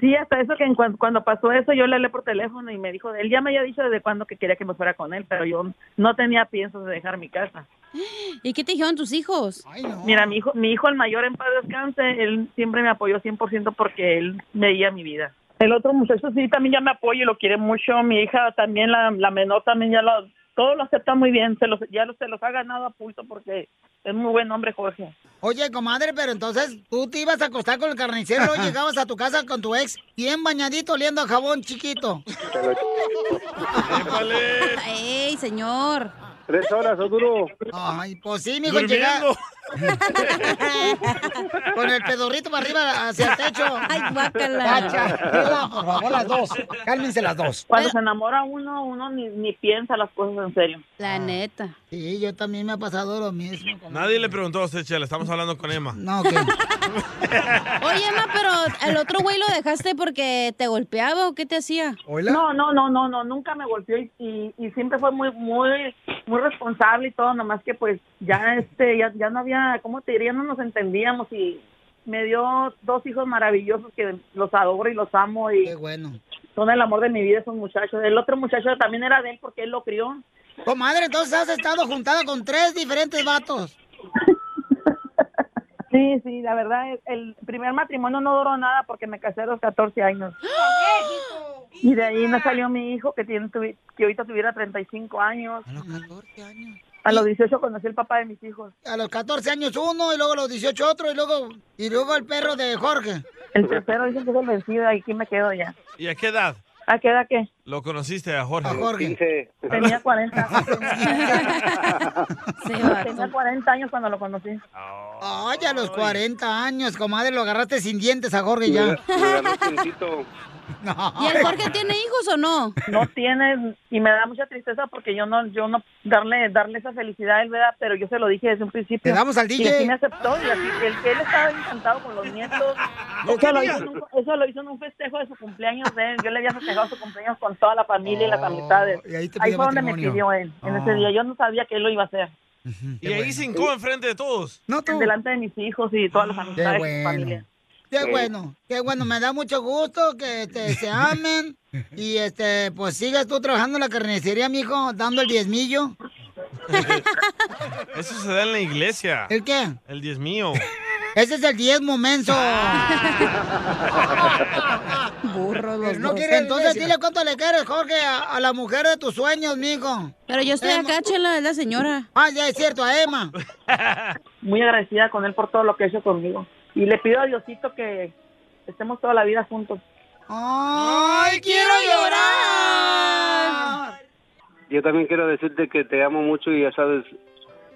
Sí, hasta eso que en cuan- cuando pasó eso yo le hablé por teléfono y me dijo, él ya me había dicho desde cuándo que quería que me fuera con él, pero yo no tenía piensos de dejar mi casa.
¿Y qué te dijeron tus hijos?
Mira, mi hijo, mi hijo el mayor en paz descanse, él siempre me apoyó 100% porque él veía mi vida. El otro muchacho sí también ya me apoya y lo quiere mucho. Mi hija también, la, la menor también ya lo, todo lo acepta muy bien. Se los, ya lo- se los ha ganado a pulso porque es muy buen hombre Jorge.
Oye, comadre, pero entonces tú te ibas a acostar con el carnicero, llegabas a tu casa con tu ex bien bañadito, oliendo a jabón chiquito.
¡Ey, señor!
Tres horas, o duro.
Ay, pues sí, mijo, llegar con el pedorrito para arriba hacia el techo. Ay,
guácala.
por favor, las dos. Cálmense las dos.
Cuando se enamora uno, uno ni, ni piensa las cosas en serio.
La neta. Ah. Sí, yo también me ha pasado lo mismo.
Nadie le preguntó a usted, Chela. Estamos hablando con Emma.
No,
Oye, Emma, pero al otro güey lo dejaste porque te golpeaba o qué te hacía?
No, no, no, no, no, nunca me golpeó y, y- y siempre fue muy, muy, muy responsable y todo, nomás que pues ya este, ya, ya no había, ¿cómo te diría? No nos entendíamos y me dio dos hijos maravillosos que los adoro y los amo y son el amor de mi vida esos muchachos. El otro muchacho también era de él porque él lo crió.
Comadre, entonces has estado juntada con tres diferentes vatos.
Sí, sí, la verdad, el- el primer matrimonio no duró nada porque me casé a los 14 años. Y de ahí me salió mi hijo que tiene tuvi- que ahorita tuviera 35 años. A los 14 años. A los 18 conocí el papá de mis hijos.
A los 14 años uno y luego a los 18 otro y luego y luego el perro de Jorge.
El tercero dicen que es el vencido, ahí aquí me quedo ya.
¿Y a qué edad?
¿A qué edad qué?
Lo conociste a Jorge. A
Jorge. Tenía 40. Tenía 40 años cuando lo conocí.
Ay, Oh, a los 40 años, comadre, lo agarraste sin dientes a Jorge ya.
¿Y el Jorge tiene hijos o no?
No tiene, y me da mucha tristeza porque yo no, yo no, darle, darle esa felicidad a él, ¿verdad? Pero yo se lo dije desde un
Le
principio.
damos al
Y
DJ.
así me aceptó, y así, él, él estaba encantado con los nietos.
No
Eso lo,
quería.
hizo en un, eso lo hizo en un festejo de su cumpleaños de él. Yo le había festejado su cumpleaños con toda la familia y las amistades.
Oh, ahí te
ahí
pidió
fue donde me
matrimonio.
pidió él, en ese
Oh.
día. Yo no sabía que él lo iba a hacer.
Y ahí se hincó enfrente de todos.
Delante de mis hijos y todas las amistades y su
bueno.
familia.
Qué bueno, qué bueno, me da mucho gusto que este, se amen y este pues sigas tú trabajando en la carnicería, mijo, dando el diezmillo.
Eso se da en la iglesia.
¿El qué?
El diezmío.
Ah.
Ese es el diezmo menso.
Burros los
No quiere, entonces dile cuánto le quieres, Jorge, a, a la mujer de tus sueños, mijo. Eh,
Pero yo estoy acá, chela, es la señora.
Ah, ya es cierto, a Emma.
Muy agradecida con él por todo lo que hizo conmigo. Y le pido a Diosito que estemos toda la vida juntos.
¡Ay, quiero llorar!
Yo también quiero decirte que te amo mucho y ya sabes,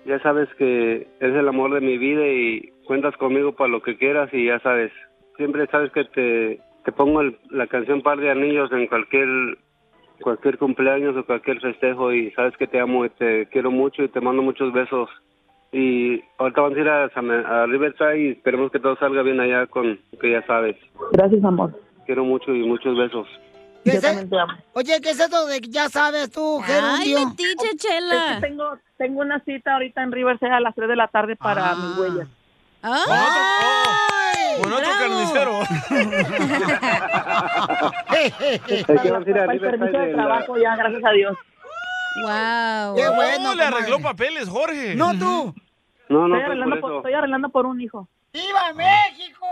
ya sabes que es el amor de mi vida y cuentas conmigo para lo que quieras y ya sabes, siempre sabes que te, te pongo el- la canción Par de Anillos en cualquier cualquier cumpleaños o cualquier festejo y sabes que te amo y te quiero mucho y te mando muchos besos. Y ahorita vamos a ir a, San- a Riverside y esperemos que todo salga bien allá con que ya sabes.
Gracias, amor.
Quiero mucho y muchos besos.
Yo también te amo. Oye, ¿qué es esto de que ya sabes tú, Gerundio?
Ay, metiche,
chela.
Es que tengo, tengo una cita ahorita en Riverside a las 3 de la tarde para
Ah.
mis huellas.
Con otro carnicero.
Es que vamos a ir a
Para el permiso
Riverside
de
en la-
trabajo ya, gracias a Dios.
Wow.
Qué bueno,
Oh, Uh, le arregló papeles, Jorge.
No, tú.
No, no,
estoy, arreglando
pues por
por,
eso.
estoy arreglando por un hijo.
¡Viva México!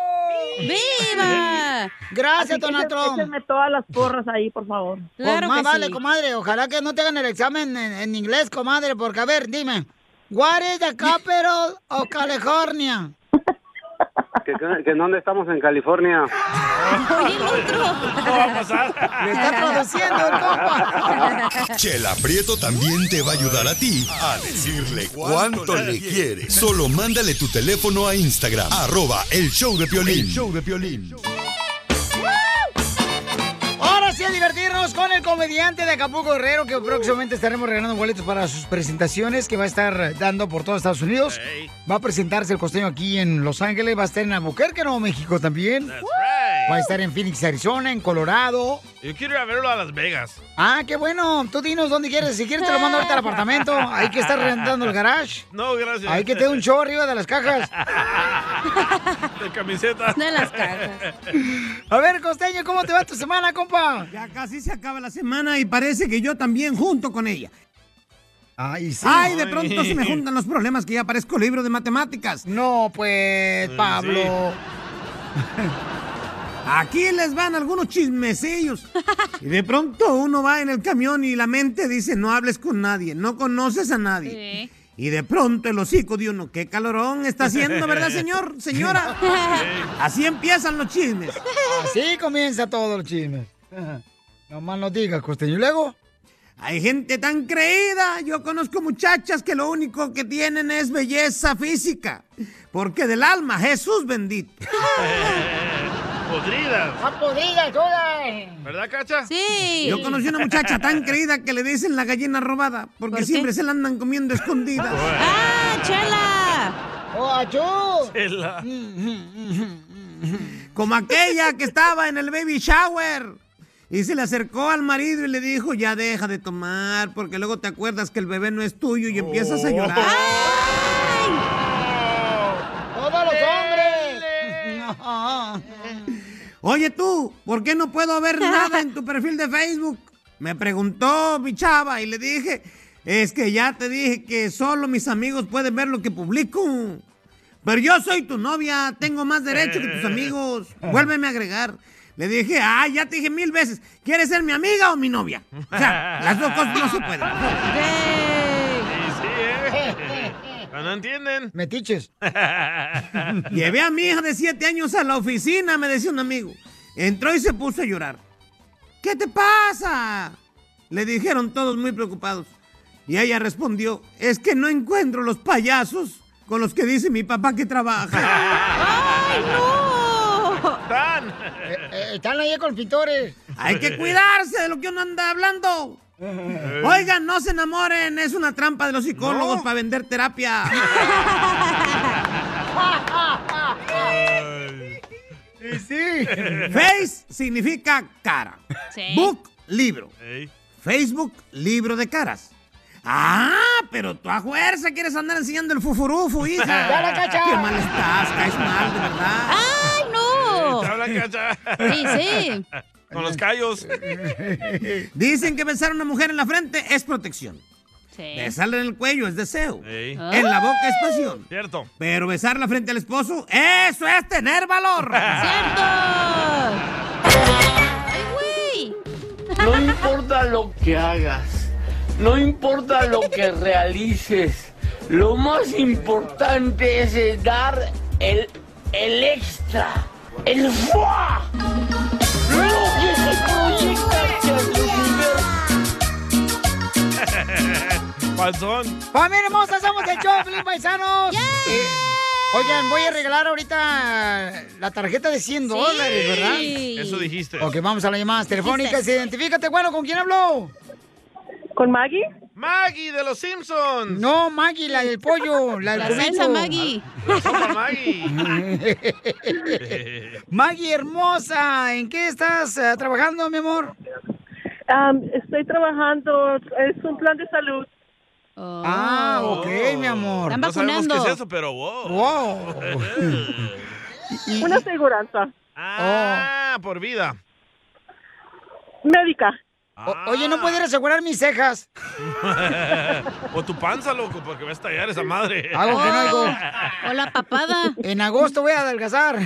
¡Viva!
Gracias,
Así que
Donald
echen-
Trump.
échenme todas las porras ahí, por favor.
Pues más vale, comadre. Ojalá que no te hagan el examen en, en inglés, comadre, porque a ver, dime. What is the capital of California?
Que, que en dónde estamos en California.
va a pasar?
Me está traduciendo el compa.
Chela Prieto también te va a ayudar a ti a decirle cuánto le quieres. Solo mándale tu teléfono a Instagram, arroba el show de Piolín. show de Piolín.
Ahora sí a divertirnos con el comediante de Acapulco Guerrero, que próximamente estaremos regalando boletos para sus presentaciones que va a estar dando por todo Estados Unidos. Va a presentarse el costeño aquí en Los Ángeles, va a estar en Albuquerque, Nuevo México también. Va a estar en Phoenix, Arizona, en Colorado.
Yo quiero ir a verlo a Las Vegas.
Ah, qué bueno. Tú dinos dónde quieres. Si quieres te lo mando ahorita al apartamento. Hay que estar rentando el garage.
No, gracias.
Hay que tener un show arriba de las cajas.
De camiseta.
De las cajas. A ver, costeño, ¿cómo te va tu semana, compa?
Ya casi se acaba la semana y parece que yo también junto con ella.
Ay, sí.
Ay, de pronto se me juntan los problemas que ya parezco libro de matemáticas.
No, pues, Pablo.
Aquí les van algunos chismecillos. Y de pronto uno va en el camión y la mente dice, no hables con nadie, no conoces a nadie. Y de pronto el hocico de uno, qué calorón está haciendo, ¿verdad, señor? Señora. Así empiezan los chismes.
Así comienza todo el chisme. Nomás no digas, costeño. ¿Y luego?
Hay gente tan creída. Yo conozco muchachas que lo único que tienen es belleza física. Porque del alma, Jesús bendito.
Podridas.
podridas todas!
¿Verdad, Cacha?
Yo conocí una muchacha tan creída que le dicen la gallina robada. Porque siempre se la andan comiendo escondida. ¡Ah, chela!
¡Oh, achú!
Chela.
Como aquella que estaba en el baby shower. Y se le acercó al marido y le dijo, ya deja de tomar, porque luego te acuerdas que el bebé no es tuyo y empiezas a llorar.
¡Todos los hombres! No.
Oye tú, ¿por qué no puedo ver nada en tu perfil de Facebook? Me preguntó mi chava y le dije, es que ya te dije que solo mis amigos pueden ver lo que publico. Pero yo soy tu novia, tengo más derecho que tus amigos. Vuélveme a agregar. Le dije, ah, ya te dije mil veces, ¿quieres ser mi amiga o mi novia? O sea, las dos cosas no se pueden.
Sí, sí, ¿eh? Pero no entienden.
Metiches.
Llevé a mi hija de 7 años a la oficina, me decía un amigo. Entró y se puso a llorar. ¿Qué te pasa? Le dijeron todos muy preocupados. Y ella respondió, es que no encuentro los payasos con los que dice mi papá que trabaja.
¡Ay,
no!
¡Están!
Eh, están ahí con pintores.
Hay que cuidarse de lo que uno anda hablando. Oigan, no se enamoren, es una trampa de los psicólogos para vender terapia. Face significa cara. Book, libro. Facebook, libro de caras. Ah, pero tú a fuerza quieres andar enseñando el fufurufu, hija.
Ya la cacha.
Qué mal estás, caes mal, de verdad.
Ah.
¡Ay, no!
¿Te hablan, Cacha? Con los callos.
Dicen que besar a una mujer en la frente es protección. Besarla en el cuello es deseo. En la boca es pasión.
Cierto.
Pero besar la frente al esposo, eso es tener valor. ¡Cierto!
No importa lo que hagas, no importa lo que realices, lo más importante es eh, dar el, el extra, el fuá. Luego que se proyecta hacia tu
Falsón.
¡Familia hermosa! ¡Somos el show, Felipe Paisanos! Eh, Oigan, voy a regalar ahorita la tarjeta de 100 dólares, ¿verdad?
Eso dijiste.
Ok, vamos a las llamadas telefónicas. Identifícate, bueno, ¿con quién habló? ¿Con Maggie?
Maggie de los Simpsons.
No, Maggie, la del pollo, la del
La
burrito.
salsa Maggie. La salsa
Maggie hermosa, ¿en qué estás eh, trabajando, mi amor?
estoy trabajando, es un plan de salud. Oh.
Ah,
Oh.
ok, mi amor.
no sabemos qué es eso, pero wow.
Wow.
Una aseguranza
Ah, por vida.
médica.
Ah.
Oye, no puedes asegurar mis cejas.
o tu panza, loco, porque va a estallar esa madre.
Algo que no algo.
O la papada.
En agosto voy a adelgazar.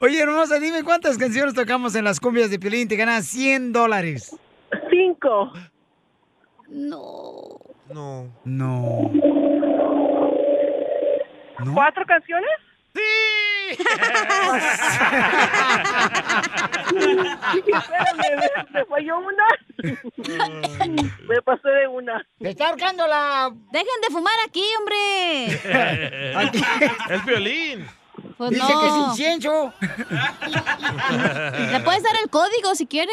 Oye, hermosa, dime cuántas canciones tocamos en las cumbias de Piolín. Te ganas 100 dólares.
Cinco.
No.
No.
No.
¿Cuatro canciones?
¡Sí!
Espérame, me falló una. Me pasé de una.
¡Me está ahorcando la...
¡Dejen de fumar aquí, hombre!
es violín.
Pues
Dice
no.
que es incienso.
Le puedes dar el código si quiere.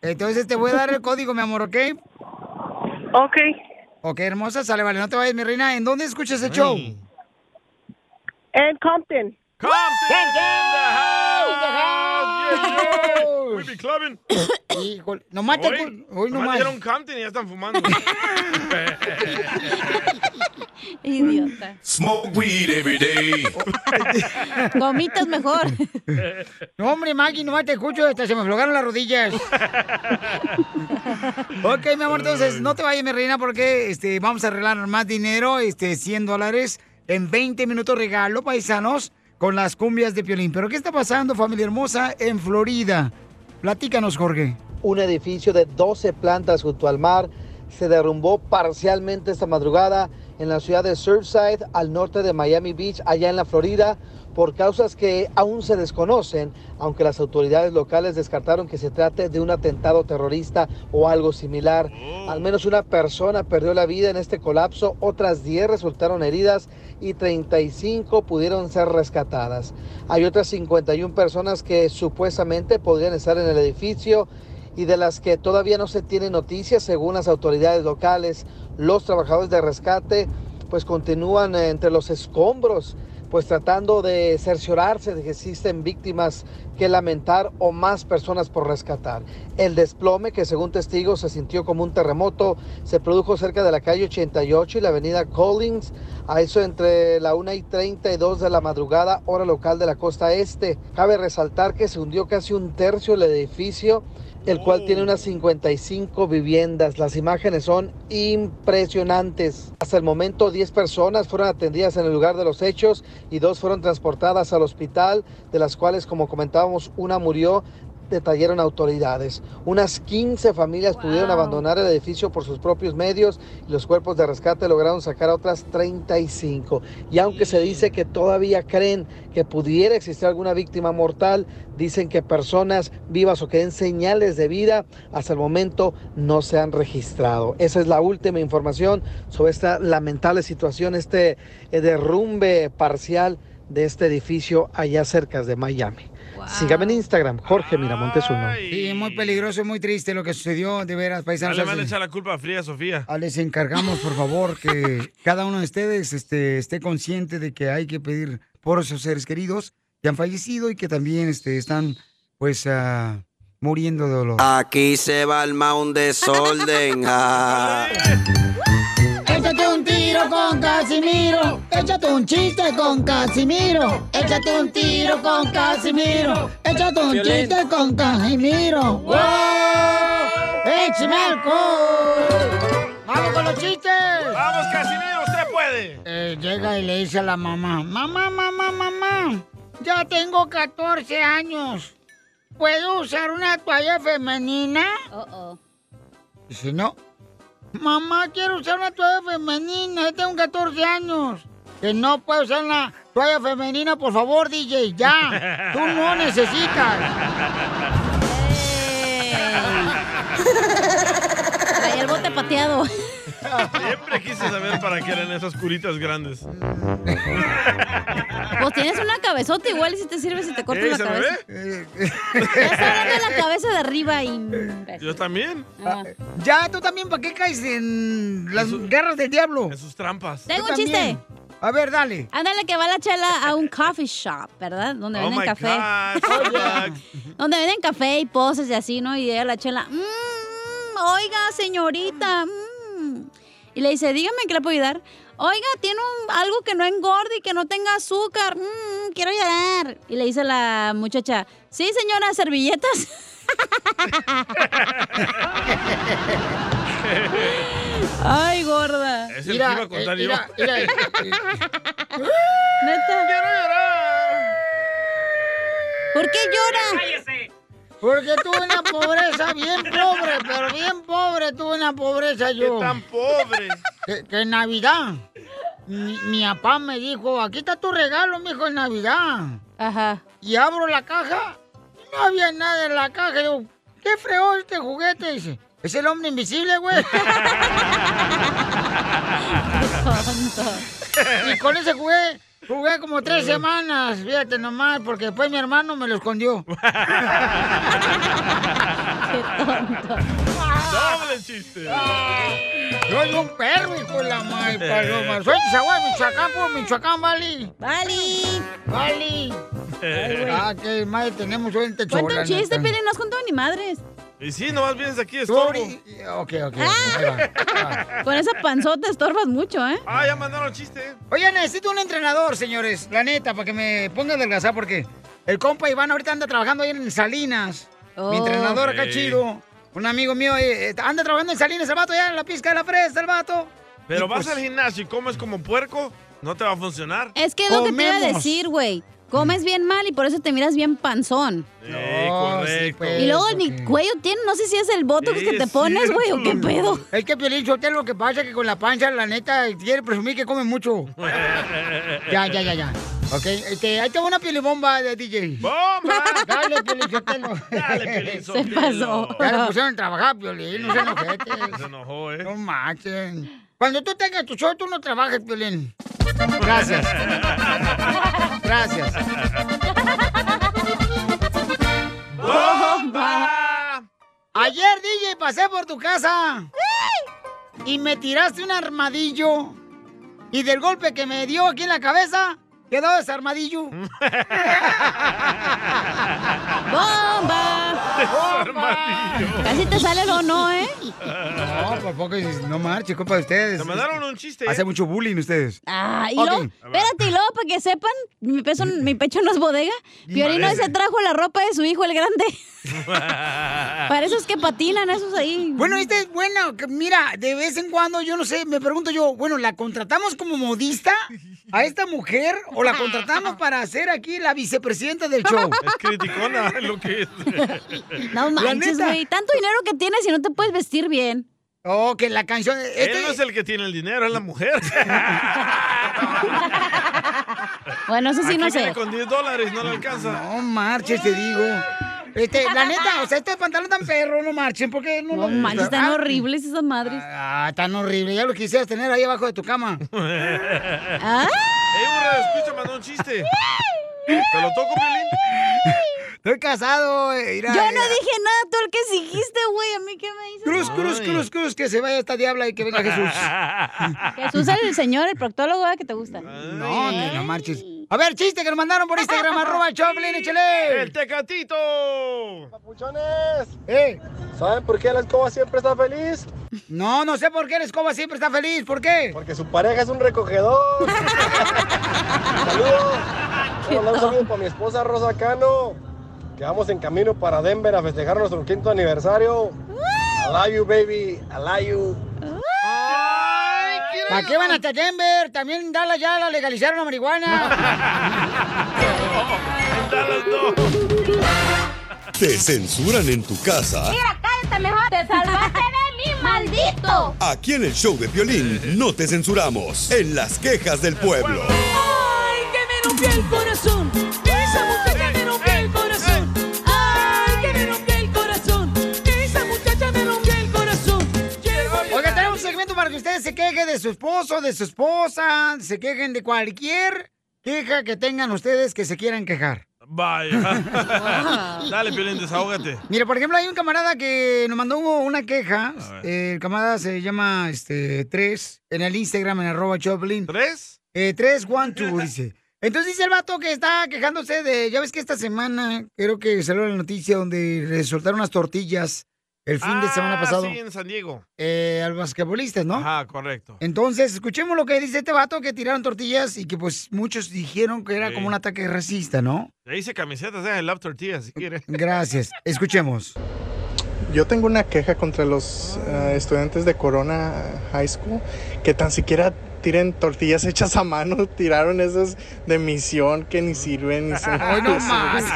Entonces te voy a dar el código, mi amor, ¿ok?
Ok.
Ok, hermosa, sale, vale, no te vayas, mi reina. ¿En dónde escuchas el show?
En Compton.
We be clubbing.
Híjole, nomás te
Hoy,
cu- hoy nomás.
nomás dieron Compton y ya están fumando.
Idiota.
Smoke weed every day.
Gomitas mejor.
No, hombre, Maggie, nomás te escucho, hasta se me aflojaron las rodillas. ok, mi amor, entonces no te vayas, mi reina, porque este, vamos a arreglar más dinero, este, 100 dólares, en 20 minutos regalo, paisanos, con las cumbias de Piolín. Pero, ¿qué está pasando, familia hermosa, en Florida? Platícanos, Jorge.
Un edificio de 12 plantas junto al mar se derrumbó parcialmente esta madrugada en la ciudad de Surfside, al norte de Miami Beach, allá en la Florida, por causas que aún se desconocen, aunque las autoridades locales descartaron que se trate de un atentado terrorista o algo similar. Al menos una persona perdió la vida en este colapso, otras 10 resultaron heridas y 35 pudieron ser rescatadas. Hay otras 51 personas que supuestamente podrían estar en el edificio y de las que todavía no se tiene noticias según las autoridades locales. Los trabajadores de rescate pues continúan eh, entre los escombros pues tratando de cerciorarse de que existen víctimas que lamentar o más personas por rescatar. El desplome, que según testigos se sintió como un terremoto, se produjo cerca de la calle 88 y la avenida Collins, a eso entre la 1 y 32 de la madrugada, hora local de la costa este. Cabe resaltar que se hundió casi un tercio el edificio, el cual tiene unas 55 viviendas. Las imágenes son impresionantes. Hasta el momento 10 personas fueron atendidas en el lugar de los hechos y dos fueron transportadas al hospital, de las cuales, como comentábamos, una murió detallaron autoridades. Unas 15 familias pudieron abandonar el edificio por sus propios medios y los cuerpos de rescate lograron sacar a otras 35. Y aunque se dice que todavía creen que pudiera existir alguna víctima mortal, dicen que personas vivas o que den señales de vida hasta el momento no se han registrado. Esa es la última información sobre esta lamentable situación, este eh, derrumbe parcial de este edificio allá cerca de Miami. Sígame en Instagram, Jorge Miramontes uno.
Sí, muy peligroso, muy triste lo que sucedió, de veras,
Ya
paisanos.
le van a echar la culpa a Fría Sofía.
Ah, Les encargamos, por favor, que cada uno de ustedes este, esté consciente de que hay que pedir por sus seres queridos que han fallecido y que también este, están, pues, ah, muriendo de dolor.
Aquí se va el mound desorden. ah.
Échate un tiro con Casimiro. Échate un chiste con Casimiro. Échate un tiro con Casimiro. Échate un
Violín.
chiste con Casimiro. ¡Wow! ¡Échame alcohol! ¡Vamos con los chistes!
¡Vamos, Casimiro! ¡Usted puede!
Eh, llega y le dice a la mamá: Mamá, mamá, mamá. Ya tengo 14 años. ¿Puedo usar una toalla femenina? Dice, no. Mamá, quiero usar una toalla femenina. Yo tengo 14 años. Que no puedo usar una toalla femenina, por favor, DJ. Ya. Tú no Eh. necesitas.
Traía el bote pateado.
Siempre quise saber para qué eran esas curitas grandes.
Pues tienes una cabezota igual y si te sirve si te cortas
Ey,
la
¿se me
cabeza. Ya está dando la cabeza de arriba y.
Yo también.
Ah.
Ya, tú también, ¿para qué caes en las garras del diablo? En
sus trampas.
Tengo un chiste.
A ver, dale.
Ándale que va la chela a un coffee shop, ¿verdad? Donde
Oh
venden
my
café.
God,
Donde venden café y poses y así, ¿no? Y llega la chela. "Mm, oiga, señorita. mm". Y le dice, dígame ¿en qué le puedo ayudar. Oiga, tiene un- algo que no engorde y que no tenga azúcar. Mm, quiero ayudar. Y le dice la muchacha, sí, señora, servilletas. Ay, gorda.
Es el Mira, que iba a contar eh, yo. mira, mira, eh,
este.
Neta.
Quiero
llorar.
¿Por qué llora?
Porque tuve una pobreza bien pobre, pero bien pobre tuve una pobreza yo.
¿Qué tan
pobre?
Que, que en Navidad, mi, mi papá me dijo, aquí está tu regalo, mijo, en Navidad.
Ajá.
Y abro la caja, y no había nada en la caja. Yo, ¿qué fregó este juguete? Dice, es el hombre invisible, güey. Y con ese jugué, jugué como tres semanas, fíjate nomás, porque después mi hermano me lo escondió.
Doble chiste.
Soy un perro, hijo de la madre, paloma. Soy de Chihuahua, Michoacán, por Michoacán, vale.
Vale.
Vale. Ah, qué madre tenemos hoy en Techola.
Cuenta un chiste, Pili, no has contado ni madres.
Y sí, nomás vienes aquí,
Tú,
estorbo.
Ok, ok.
Ah. Con esa panzota estorbas mucho, ¿eh?
Ah, ya mandaron chiste.
Oye, necesito un entrenador, señores. La neta, para que me ponga a adelgazar, porque el compa Iván ahorita anda trabajando ahí en Salinas.
Oh.
Mi entrenador acá
Ok.
chido. Un amigo mío eh, eh, anda trabajando en Salinas, el vato ya en la pizca de la fresa, el vato.
Pero
Y
vas
pues-
al gimnasio y comes como puerco, no te va a funcionar.
Es que es lo que te iba a
Comemos.
decir, güey. Comes bien mal y por eso te miras bien panzón.
Eh, correcto.
pues.
y luego ni cuello tiene, no sé si es el botox que te pones, güey, o qué pedo.
Es que Piolín Sotelo, lo que pasa es que con la pancha, la neta, quiere presumir que come mucho. Ya, ya, ya, ya. Ok, este, ahí tengo una pilibomba de DJ.
¡Bomba!
Dale, Piolín Sotelo.
Dale, Piolín Se Sotelo. pasó.
Ya le pusieron a trabajar, Piolín, no se enojete.
Se enojó, ¿eh?
No machen. Cuando tú tengas tu show, tú no trabajes, Piolín. Gracias. Gracias.
¡Bomba!
Ayer, DJ, pasé por tu casa. Y me tiraste un armadillo. Y del golpe que me dio aquí en la cabeza, quedó desarmadillo.
¡Bomba!
Casi te sale o no, ¿eh?
No, por poco dices, no marches, culpa de ustedes.
Te mandaron un chiste. ¿eh?
Hace mucho bullying ustedes.
Ah, y
Ok.
luego, espérate, y luego para que sepan, mi pecho, mi pecho no es bodega. Piorino
Parece.
se trajo la ropa de su hijo, el grande. Para esos que patinan, esos ahí.
Bueno, esta es buena. que Mira, de vez en cuando, yo no sé, me pregunto yo, bueno, ¿la contratamos como modista a esta mujer o la contratamos para ser aquí la vicepresidenta del show?
Es criticona lo que es.
No
La
manches,
neta.
güey. Tanto dinero que tienes y no te puedes vestir bien. Eh,
Oh, que la canción. este
Él no es el que tiene el dinero, es la mujer.
Bueno, eso sí
Aquí
no
viene
sé.
Con 10 dólares no le alcanza.
No marches, te digo. Este, la neta, o sea, estos pantalones tan perros, no marchen, porque no
No
lo-
manches, están
Ah,
horribles esas madres.
Ah, tan horrible. Ya lo quisieras tener ahí abajo de tu cama.
¿Ah? Ey, burra, escucha, mandó un chiste. ¿Te lo toco,
Estoy casado, eh, mira,
Yo
mira.
no dije nada, tú el que dijiste, güey. A mí qué me dices.
Cruz, cruz, cruz, cruz, que se vaya esta diabla y que venga Jesús.
Jesús es el señor, el proctólogo, ¿verdad? Que te gusta.
No, no, no marches. A ver, chiste que nos mandaron por Instagram, arroba Choplin, échale.
El tecatito.
Papuchones. ¿Eh? ¿Saben por qué la escoba siempre está feliz? No, no sé por qué la escoba siempre está feliz. ¿Por qué? Porque su pareja es un recogedor.
Saludos. Quiero mandar un saludo para mi esposa Rosa Cano. Que vamos en camino para Denver a festejar nuestro quinto aniversario. I
Ah.
love you, baby. I love you.
¿Para qué van hasta Denver? También Dala ya la legalizaron la marihuana.
Te censuran en tu casa.
cállate mejor. Te salvaste de mí, maldito.
Aquí en el show de violín no te censuramos. En las quejas del pueblo.
Ay, que me rompió el corazón. Esa muchacha me rompió el corazón. Ay, que me rompió el corazón. Esa muchacha me rompió el corazón.
Oiga, tenemos un segmento para que ustedes se quejen de su esposo, de su esposa, se quejen de cualquier queja que tengan ustedes que se quieran quejar.
Vaya. Dale, Piolín, desahógate.
Mira, por ejemplo, hay un camarada que nos mandó una queja. Eh, el camarada se llama este, Tres en el Instagram, en arroba Choplin.
¿Tres?
Eh, tres, one, two, dice. Entonces dice el vato que está quejándose de. Ya ves que esta semana creo que salió la noticia donde le soltaron las tortillas el fin de semana
Ah,
pasado
Sí, en San Diego.
eh, al basquetbolista, ¿no?
Ajá, correcto.
Entonces, escuchemos lo que dice este vato que tiraron tortillas y que pues muchos dijeron que era
Sí.
como un ataque racista, ¿no?
Le hice camisetas, eh, I love tortillas, si quieres.
Gracias. Escuchemos.
Yo tengo una queja contra los eh, estudiantes de Corona eh, High School que tan siquiera tiren tortillas hechas a mano, tiraron esas de misión que ni sirven ni son.
Ay, no
útiles.
más.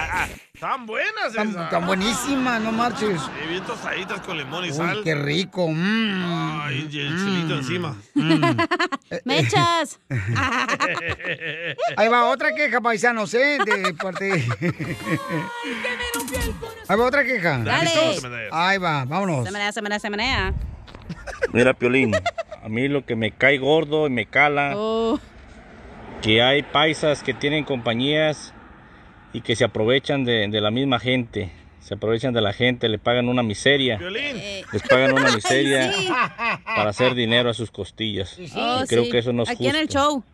Tan buenas
Tan,
esas.
tan buenísima, no marches.
Sí, bien tostaditas con limón y
Uy,
sal.
qué rico. mm. Eh,
Ay, y el chilito encima.
Mechas.
Ahí va otra queja, paisanos, ¿eh? De parte. Ahí va otra queja.
Dale. Dale.
Ahí va, vámonos.
Se menea, se menea, se menea.
Mira, Piolín, a mí lo que me cae gordo y me cala,
Oh.
que hay paisas que tienen compañías y que se aprovechan de, de la misma gente. Se aprovechan de la gente, le pagan una miseria.
Eh,
Les pagan una miseria para hacer dinero a sus costillas.
Sí. Oh,
Y creo
sí.
que eso no es
Aquí en el
justo.
show.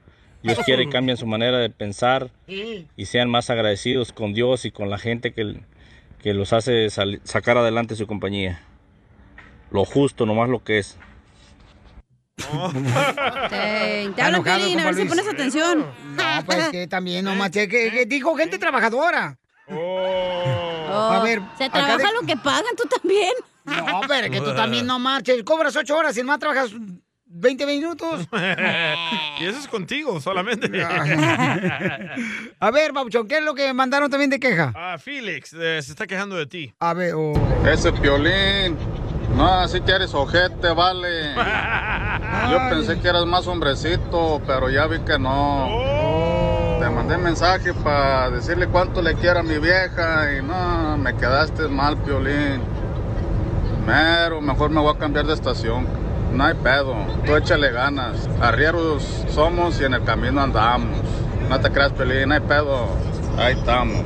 Dios quiere que cambien su manera de pensar y sean más agradecidos con Dios y con la gente que, que los hace sal- sacar adelante su compañía. Lo justo, nomás lo que es.
Eh, Te, te
Está
hablo,
enojado
Piolín, a
como
ver si
Luis.
pones atención.
No, pues que también, no marches. Que, que dijo gente trabajadora. A ver.
Oh, Se
acá
trabaja
de-
lo que pagan, tú también.
No, pero que tú también no marches. Cobras ocho horas y más trabajas 20 minutos.
y eso es contigo solamente.
Ah. A ver, Babuchón, ¿qué es lo que mandaron también de queja?
ah, Félix, eh, se está quejando de ti.
A ver, oh. o...
Ese piolín. No, así que eres ojete, vale. Yo pensé que eras más hombrecito, pero ya vi que no. Te mandé mensaje para decirle cuánto le quiero a mi vieja y no, me quedaste mal, piolín. Mero, mejor me voy a cambiar de estación. No hay pedo, tú échale ganas. Arrieros somos y en el camino andamos. No te creas, piolín, no hay pedo. Ahí estamos.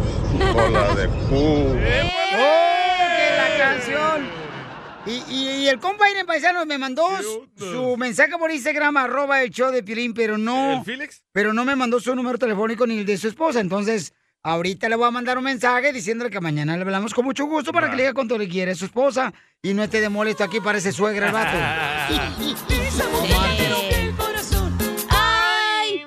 Bola de cu.
¡Oh, que la canción! Y, y- y el compa Irene Paisano me mandó su mensaje por Instagram, arroba el show de Piolín, pero no...
¿El Félix?
Pero no me mandó su número telefónico ni el de su esposa, entonces... Ahorita le voy a mandar un mensaje diciéndole que mañana le hablamos con mucho gusto para que le diga cuánto le quiere a su esposa y no esté de molesto aquí, parece suegra el vato.
Esa muchacha me rompió el corazón.
¡Ay!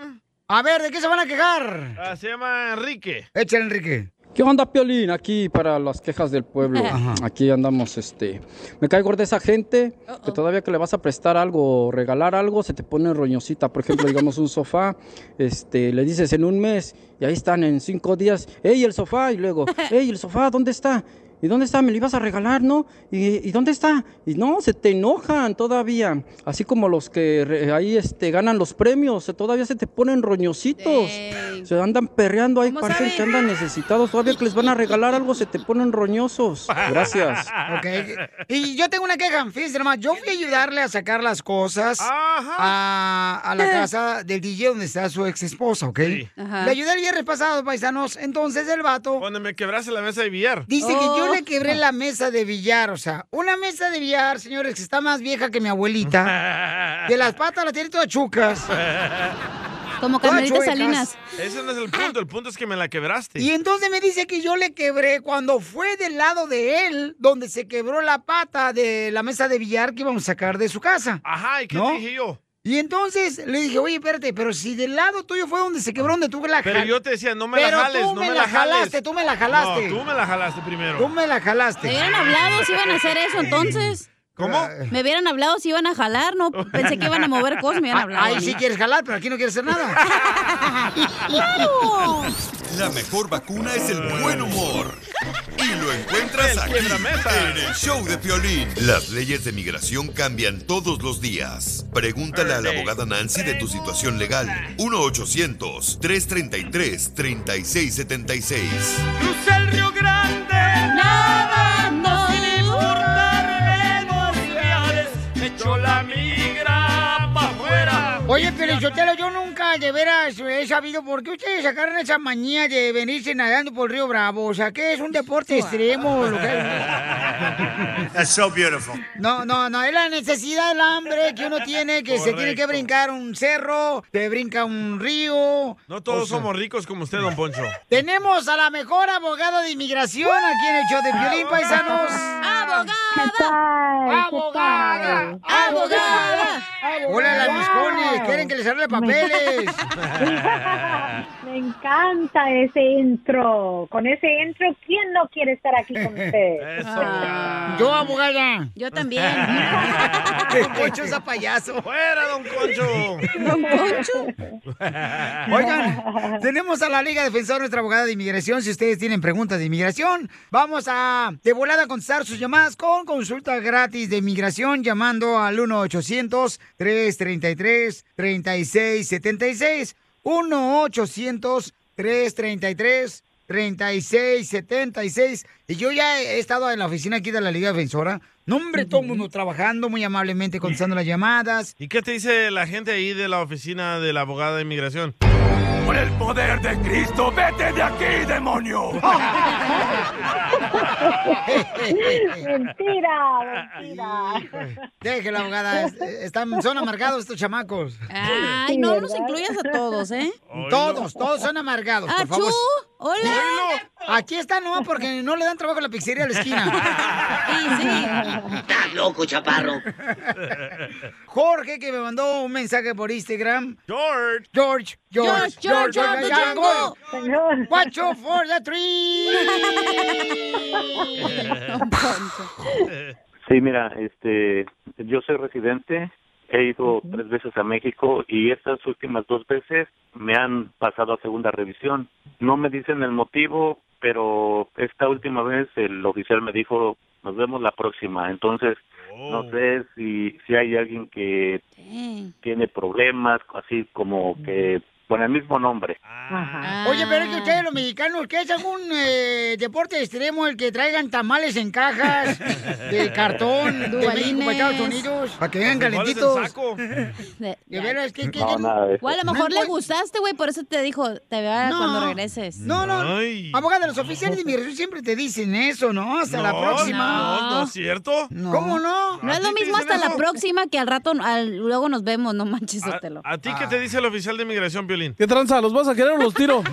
A ver, ¿de qué se van a quejar?
Ah, se llama Enrique.
Échale, Enrique.
¿Qué onda, Piolín? Aquí para las quejas del pueblo.
Ajá.
Aquí andamos, este... Me cae gorda esa gente que todavía que le vas a prestar algo o regalar algo, se te pone roñosita. Por ejemplo, digamos un sofá, este, le dices en un mes y ahí están en cinco días. ¡Ey, el sofá! Y luego, ¡Ey, el sofá! ¿Dónde está? ¿Y dónde está? Me lo ibas a regalar, ¿no? ¿Y, y dónde está? Y no, se te enojan todavía. Así como los que re- ahí este, ganan los premios, se- todavía se te ponen roñositos. Se andan perreando ahí, parecen que andan necesitados. Todavía que les van a regalar algo, se te ponen roñosos. Gracias.
Ok. Y yo tengo una queja, fíjense nomás. Yo fui a ayudarle a sacar las cosas a, a la casa del DJ donde está su ex esposa, ¿ok?
Ajá.
Le ayudé el viernes pasado, paisanos. Entonces el vato
Cuando me quebraste la mesa de billar.
dice que
Oh.
yo le quebré la mesa de billar. O sea, una mesa de billar, señores, que está más vieja que mi abuelita. De las patas la tiene todas chucas.
Como
Todas
Carmelita
chuecas.
Salinas.
Ese no es el punto, el punto es que me la quebraste.
Y entonces me dice que yo le quebré cuando fue del lado de él, donde se quebró la pata de la mesa de billar que íbamos a sacar de su casa.
Ajá, ¿y qué
¿no?
te dije yo?
Y entonces le dije, oye, espérate, pero si del lado tuyo fue donde se quebró, donde tú la
Ah. Pero
jal-
yo te decía, no me la
Pero
jales,
tú
no
me
me
la
la jales.
jalaste, tú me la jalaste.
No, tú me la jalaste primero.
Tú me la
Se
jalaste.
hubieran hablado si iban a hacer eso entonces.
¿Cómo?
Me hubieran hablado si iban a jalar, no pensé que iban a mover cosas, me hubieran hablado.
Ah, Ahí sí quieres jalar, pero aquí no quieres hacer nada.
¡Claro!
La mejor vacuna es el buen humor. Y lo encuentras aquí, en el show de Piolín. Las leyes de migración cambian todos los días. Pregúntale a la abogada Nancy de tu situación legal. 1-800-333-3676.
Crucé el Río Grande nadando sin importarme los reales. Me echó la migra para afuera.
Oye, pero Sotelo, yo nunca de veras he sabido por qué ustedes sacaron esa manía de venirse nadando por el Río Bravo. O sea, que es un deporte extremo. Lo que...
That's so beautiful.
No, no, no, es la necesidad, el hambre que uno tiene, que se tiene que
Correcto.
brincar un cerro, te brinca un río.
No todos
O sea,
somos ricos como usted, don Poncho.
Tenemos a la mejor abogada de inmigración aquí en el show de Piolín, paisanos. ¡Abogada! ¡Abogada! ¡Abogada! Hola, las miscones, quieren que les arregle papeles.
Me encanta ese intro. Con ese intro, ¿quién no quiere estar aquí con
Eh.
ustedes?
Yo, abogada.
Yo también.
Don Poncho es a payaso.
¡Fuera, don Poncho!
¿Don Poncho? Oigan, tenemos a la Liga Defensora, nuestra abogada de inmigración. Si ustedes tienen preguntas de inmigración, vamos a de volada a contestar sus llamadas con consulta gratis de inmigración llamando al 1-800-333-3676. 1-800-333-3676. 3676. Y yo ya he estado en la oficina aquí de la Liga Defensora. No, hombre, todo el mundo trabajando muy amablemente, contestando las llamadas.
¿Y qué te dice la gente ahí de la oficina de la abogada de inmigración?
Por el poder de Cristo, vete de aquí, demonio.
mentira, mentira.
Déjela, abogada. es- eh, Están, son amargados estos chamacos.
Ay, no nos incluyas a todos, ¿eh?
Todos, todos son amargados, por
¡Achú!
favor.
¡Hola!
Aquí están, no, porque no le dan trabajo a la pizzería de la esquina.
Estás loco, chaparro.
Jorge, que me mandó un mensaje por Instagram.
George.
George, George,
George, George, George, Django.
George. Guacho for the tree.
Sí, mira, este, yo soy residente, he ido tres veces a México y estas últimas dos veces me han pasado a segunda revisión. No me dicen el motivo, pero esta última vez el oficial me dijo, nos vemos la próxima. Entonces,
Oh.
no sé si, si hay alguien que
Eh.
tiene problemas, así como que con el mismo nombre.
Oye, pero
Ah.
es que ustedes los mexicanos, ¿qué es algún eh, deporte extremo el que traigan tamales en cajas de cartón de México para Estados Unidos? Para que vengan
Los frijoles en saco.
calentitos.
De-
De veras, ¿qué, qué,
No,
qué-
nada de eso.
O a lo mejor le gustaste, güey, por eso te dijo, te veo
No.
cuando regreses.
No, no. Abogada, los oficiales de inmigración siempre te dicen eso, ¿no? Hasta la
No,
próxima.
No, no es cierto.
¿Cómo no?
No es lo mismo hasta la próxima que al rato, al- luego nos vemos, no manches, Otelo.
¿A ti qué te dice el oficial de inmigración, Piolín?
Ah. ¿Qué tranza? ¿Los vas a querer o los tiro?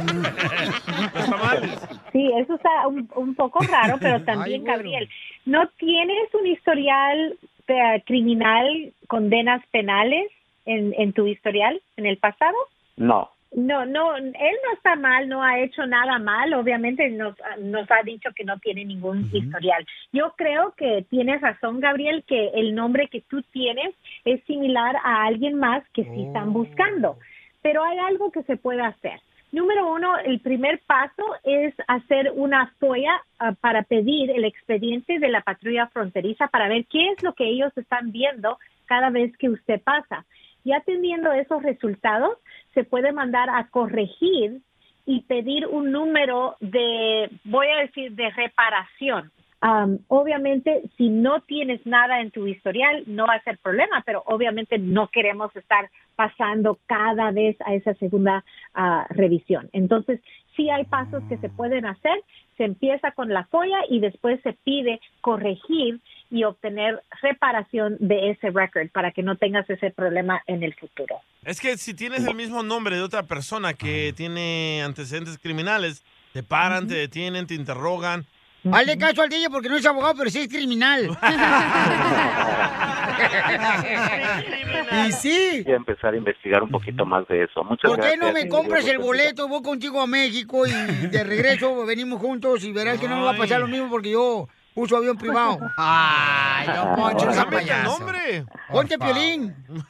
Sí, eso está un, un poco raro, pero también,
Ay, bueno.
Gabriel, ¿no tienes un historial eh, criminal, condenas penales en, en tu historial en el pasado?
No,
No, no, él no está mal, no ha hecho nada mal, obviamente nos, nos ha dicho que no tiene ningún historial. Yo creo que tienes razón, Gabriel, que el nombre que tú tienes es similar a alguien más que sí están buscando, pero hay algo que se puede hacer. Número uno, el primer paso es hacer una FOIA ah, para pedir el expediente de la patrulla fronteriza para ver qué es lo que ellos están viendo cada vez que usted pasa. Ya teniendo esos resultados, se puede mandar a corregir y pedir un número de, voy a decir, de reparación. Am, obviamente, si no tienes nada en tu historial, no va a ser problema, pero obviamente no queremos estar pasando cada vez a esa segunda ah, revisión. Entonces, sí hay pasos que se pueden hacer. Se empieza con la folla y después se pide corregir y obtener reparación de ese record para que no tengas ese problema en el futuro.
Es que si tienes el mismo nombre de otra persona que
Ah.
tiene antecedentes criminales, te paran, te detienen, te interrogan.
Hazle caso al DJ porque no es abogado, pero sí es criminal. y sí.
voy a empezar a investigar un poquito más de eso. Muchas
¿Por qué
gracias.
no me compras el boleto? Voy contigo a México y de regreso venimos juntos y verás que no me va a pasar lo mismo porque yo puso avión privado. Ay, no, Poncho, no seas
Cámbiate el
payaso.
nombre.
Ah, Ponte piolín.
No,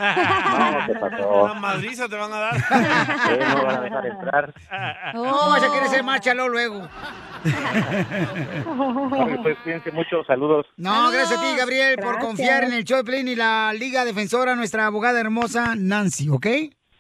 ¿qué pasó?
Una madriza te van a dar.
Eh, no van a dejar entrar.
No, vas a querer
Oh.
ser márchalo luego.
Vale, pues cuídense mucho, saludos.
No, gracias a ti, Gabriel, por
Gracias.
confiar en el show de Piolín y la Liga Defensora, nuestra abogada hermosa, Nancy, ¿ok?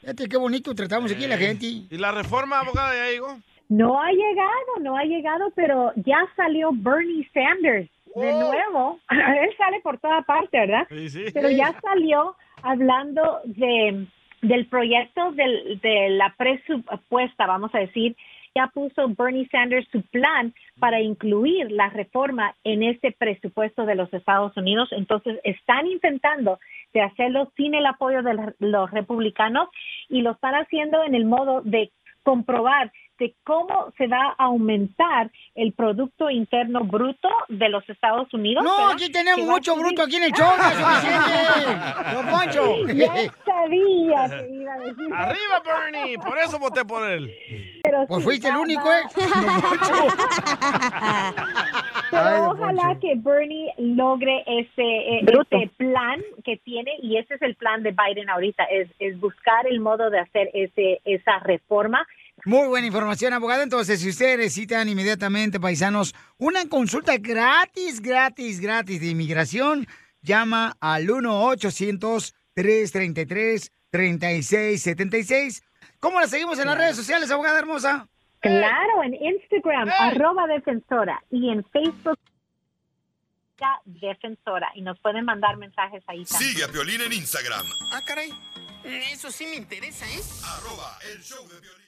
Fíjate qué bonito tratamos aquí a la gente.
Eh, ¿Y la reforma, abogada, ya llegó?
No ha llegado, no ha llegado, pero ya salió Bernie Sanders de nuevo. Él sale por toda parte, ¿verdad?
Sí, sí.
Pero ya salió hablando de del proyecto del- de la presupuesta, vamos a decir. Ya puso Bernie Sanders su plan para incluir la reforma en este presupuesto de los Estados Unidos. Entonces, están intentando de hacerlo sin el apoyo de la- los republicanos y lo están haciendo en el modo de comprobar de cómo se va a aumentar el Producto Interno Bruto de los Estados Unidos.
No,
¿verdad?
aquí tenemos
Que va a
mucho
subir.
bruto aquí en el show, no es suficiente. Don Poncho.
Ya sabía que iba a decir.
Arriba, Bernie. Por eso voté por él.
Pero
Pues
sí,
fuiste el
va-
único,
va-
¿eh? Don Poncho.
Pero
Ay, don
ojalá que Bernie logre ese, eh,
Bruto.
ese plan que tiene y ese es el plan de Biden ahorita, es, es buscar el modo de hacer ese, esa reforma.
Muy buena información, abogado. Entonces, si ustedes necesitan inmediatamente, paisanos, una consulta gratis, gratis, gratis de inmigración, llama al 1-800-333-3676. ¿Cómo la seguimos en las redes sociales, abogada hermosa?
Claro, en Instagram, arroba defensora y en Facebook, ya defensora. Y nos pueden mandar mensajes ahí también.
Sigue a Piolín en Instagram.
Ah, caray. Eso sí me interesa, ¿eh?
Arroba el show de Piolín.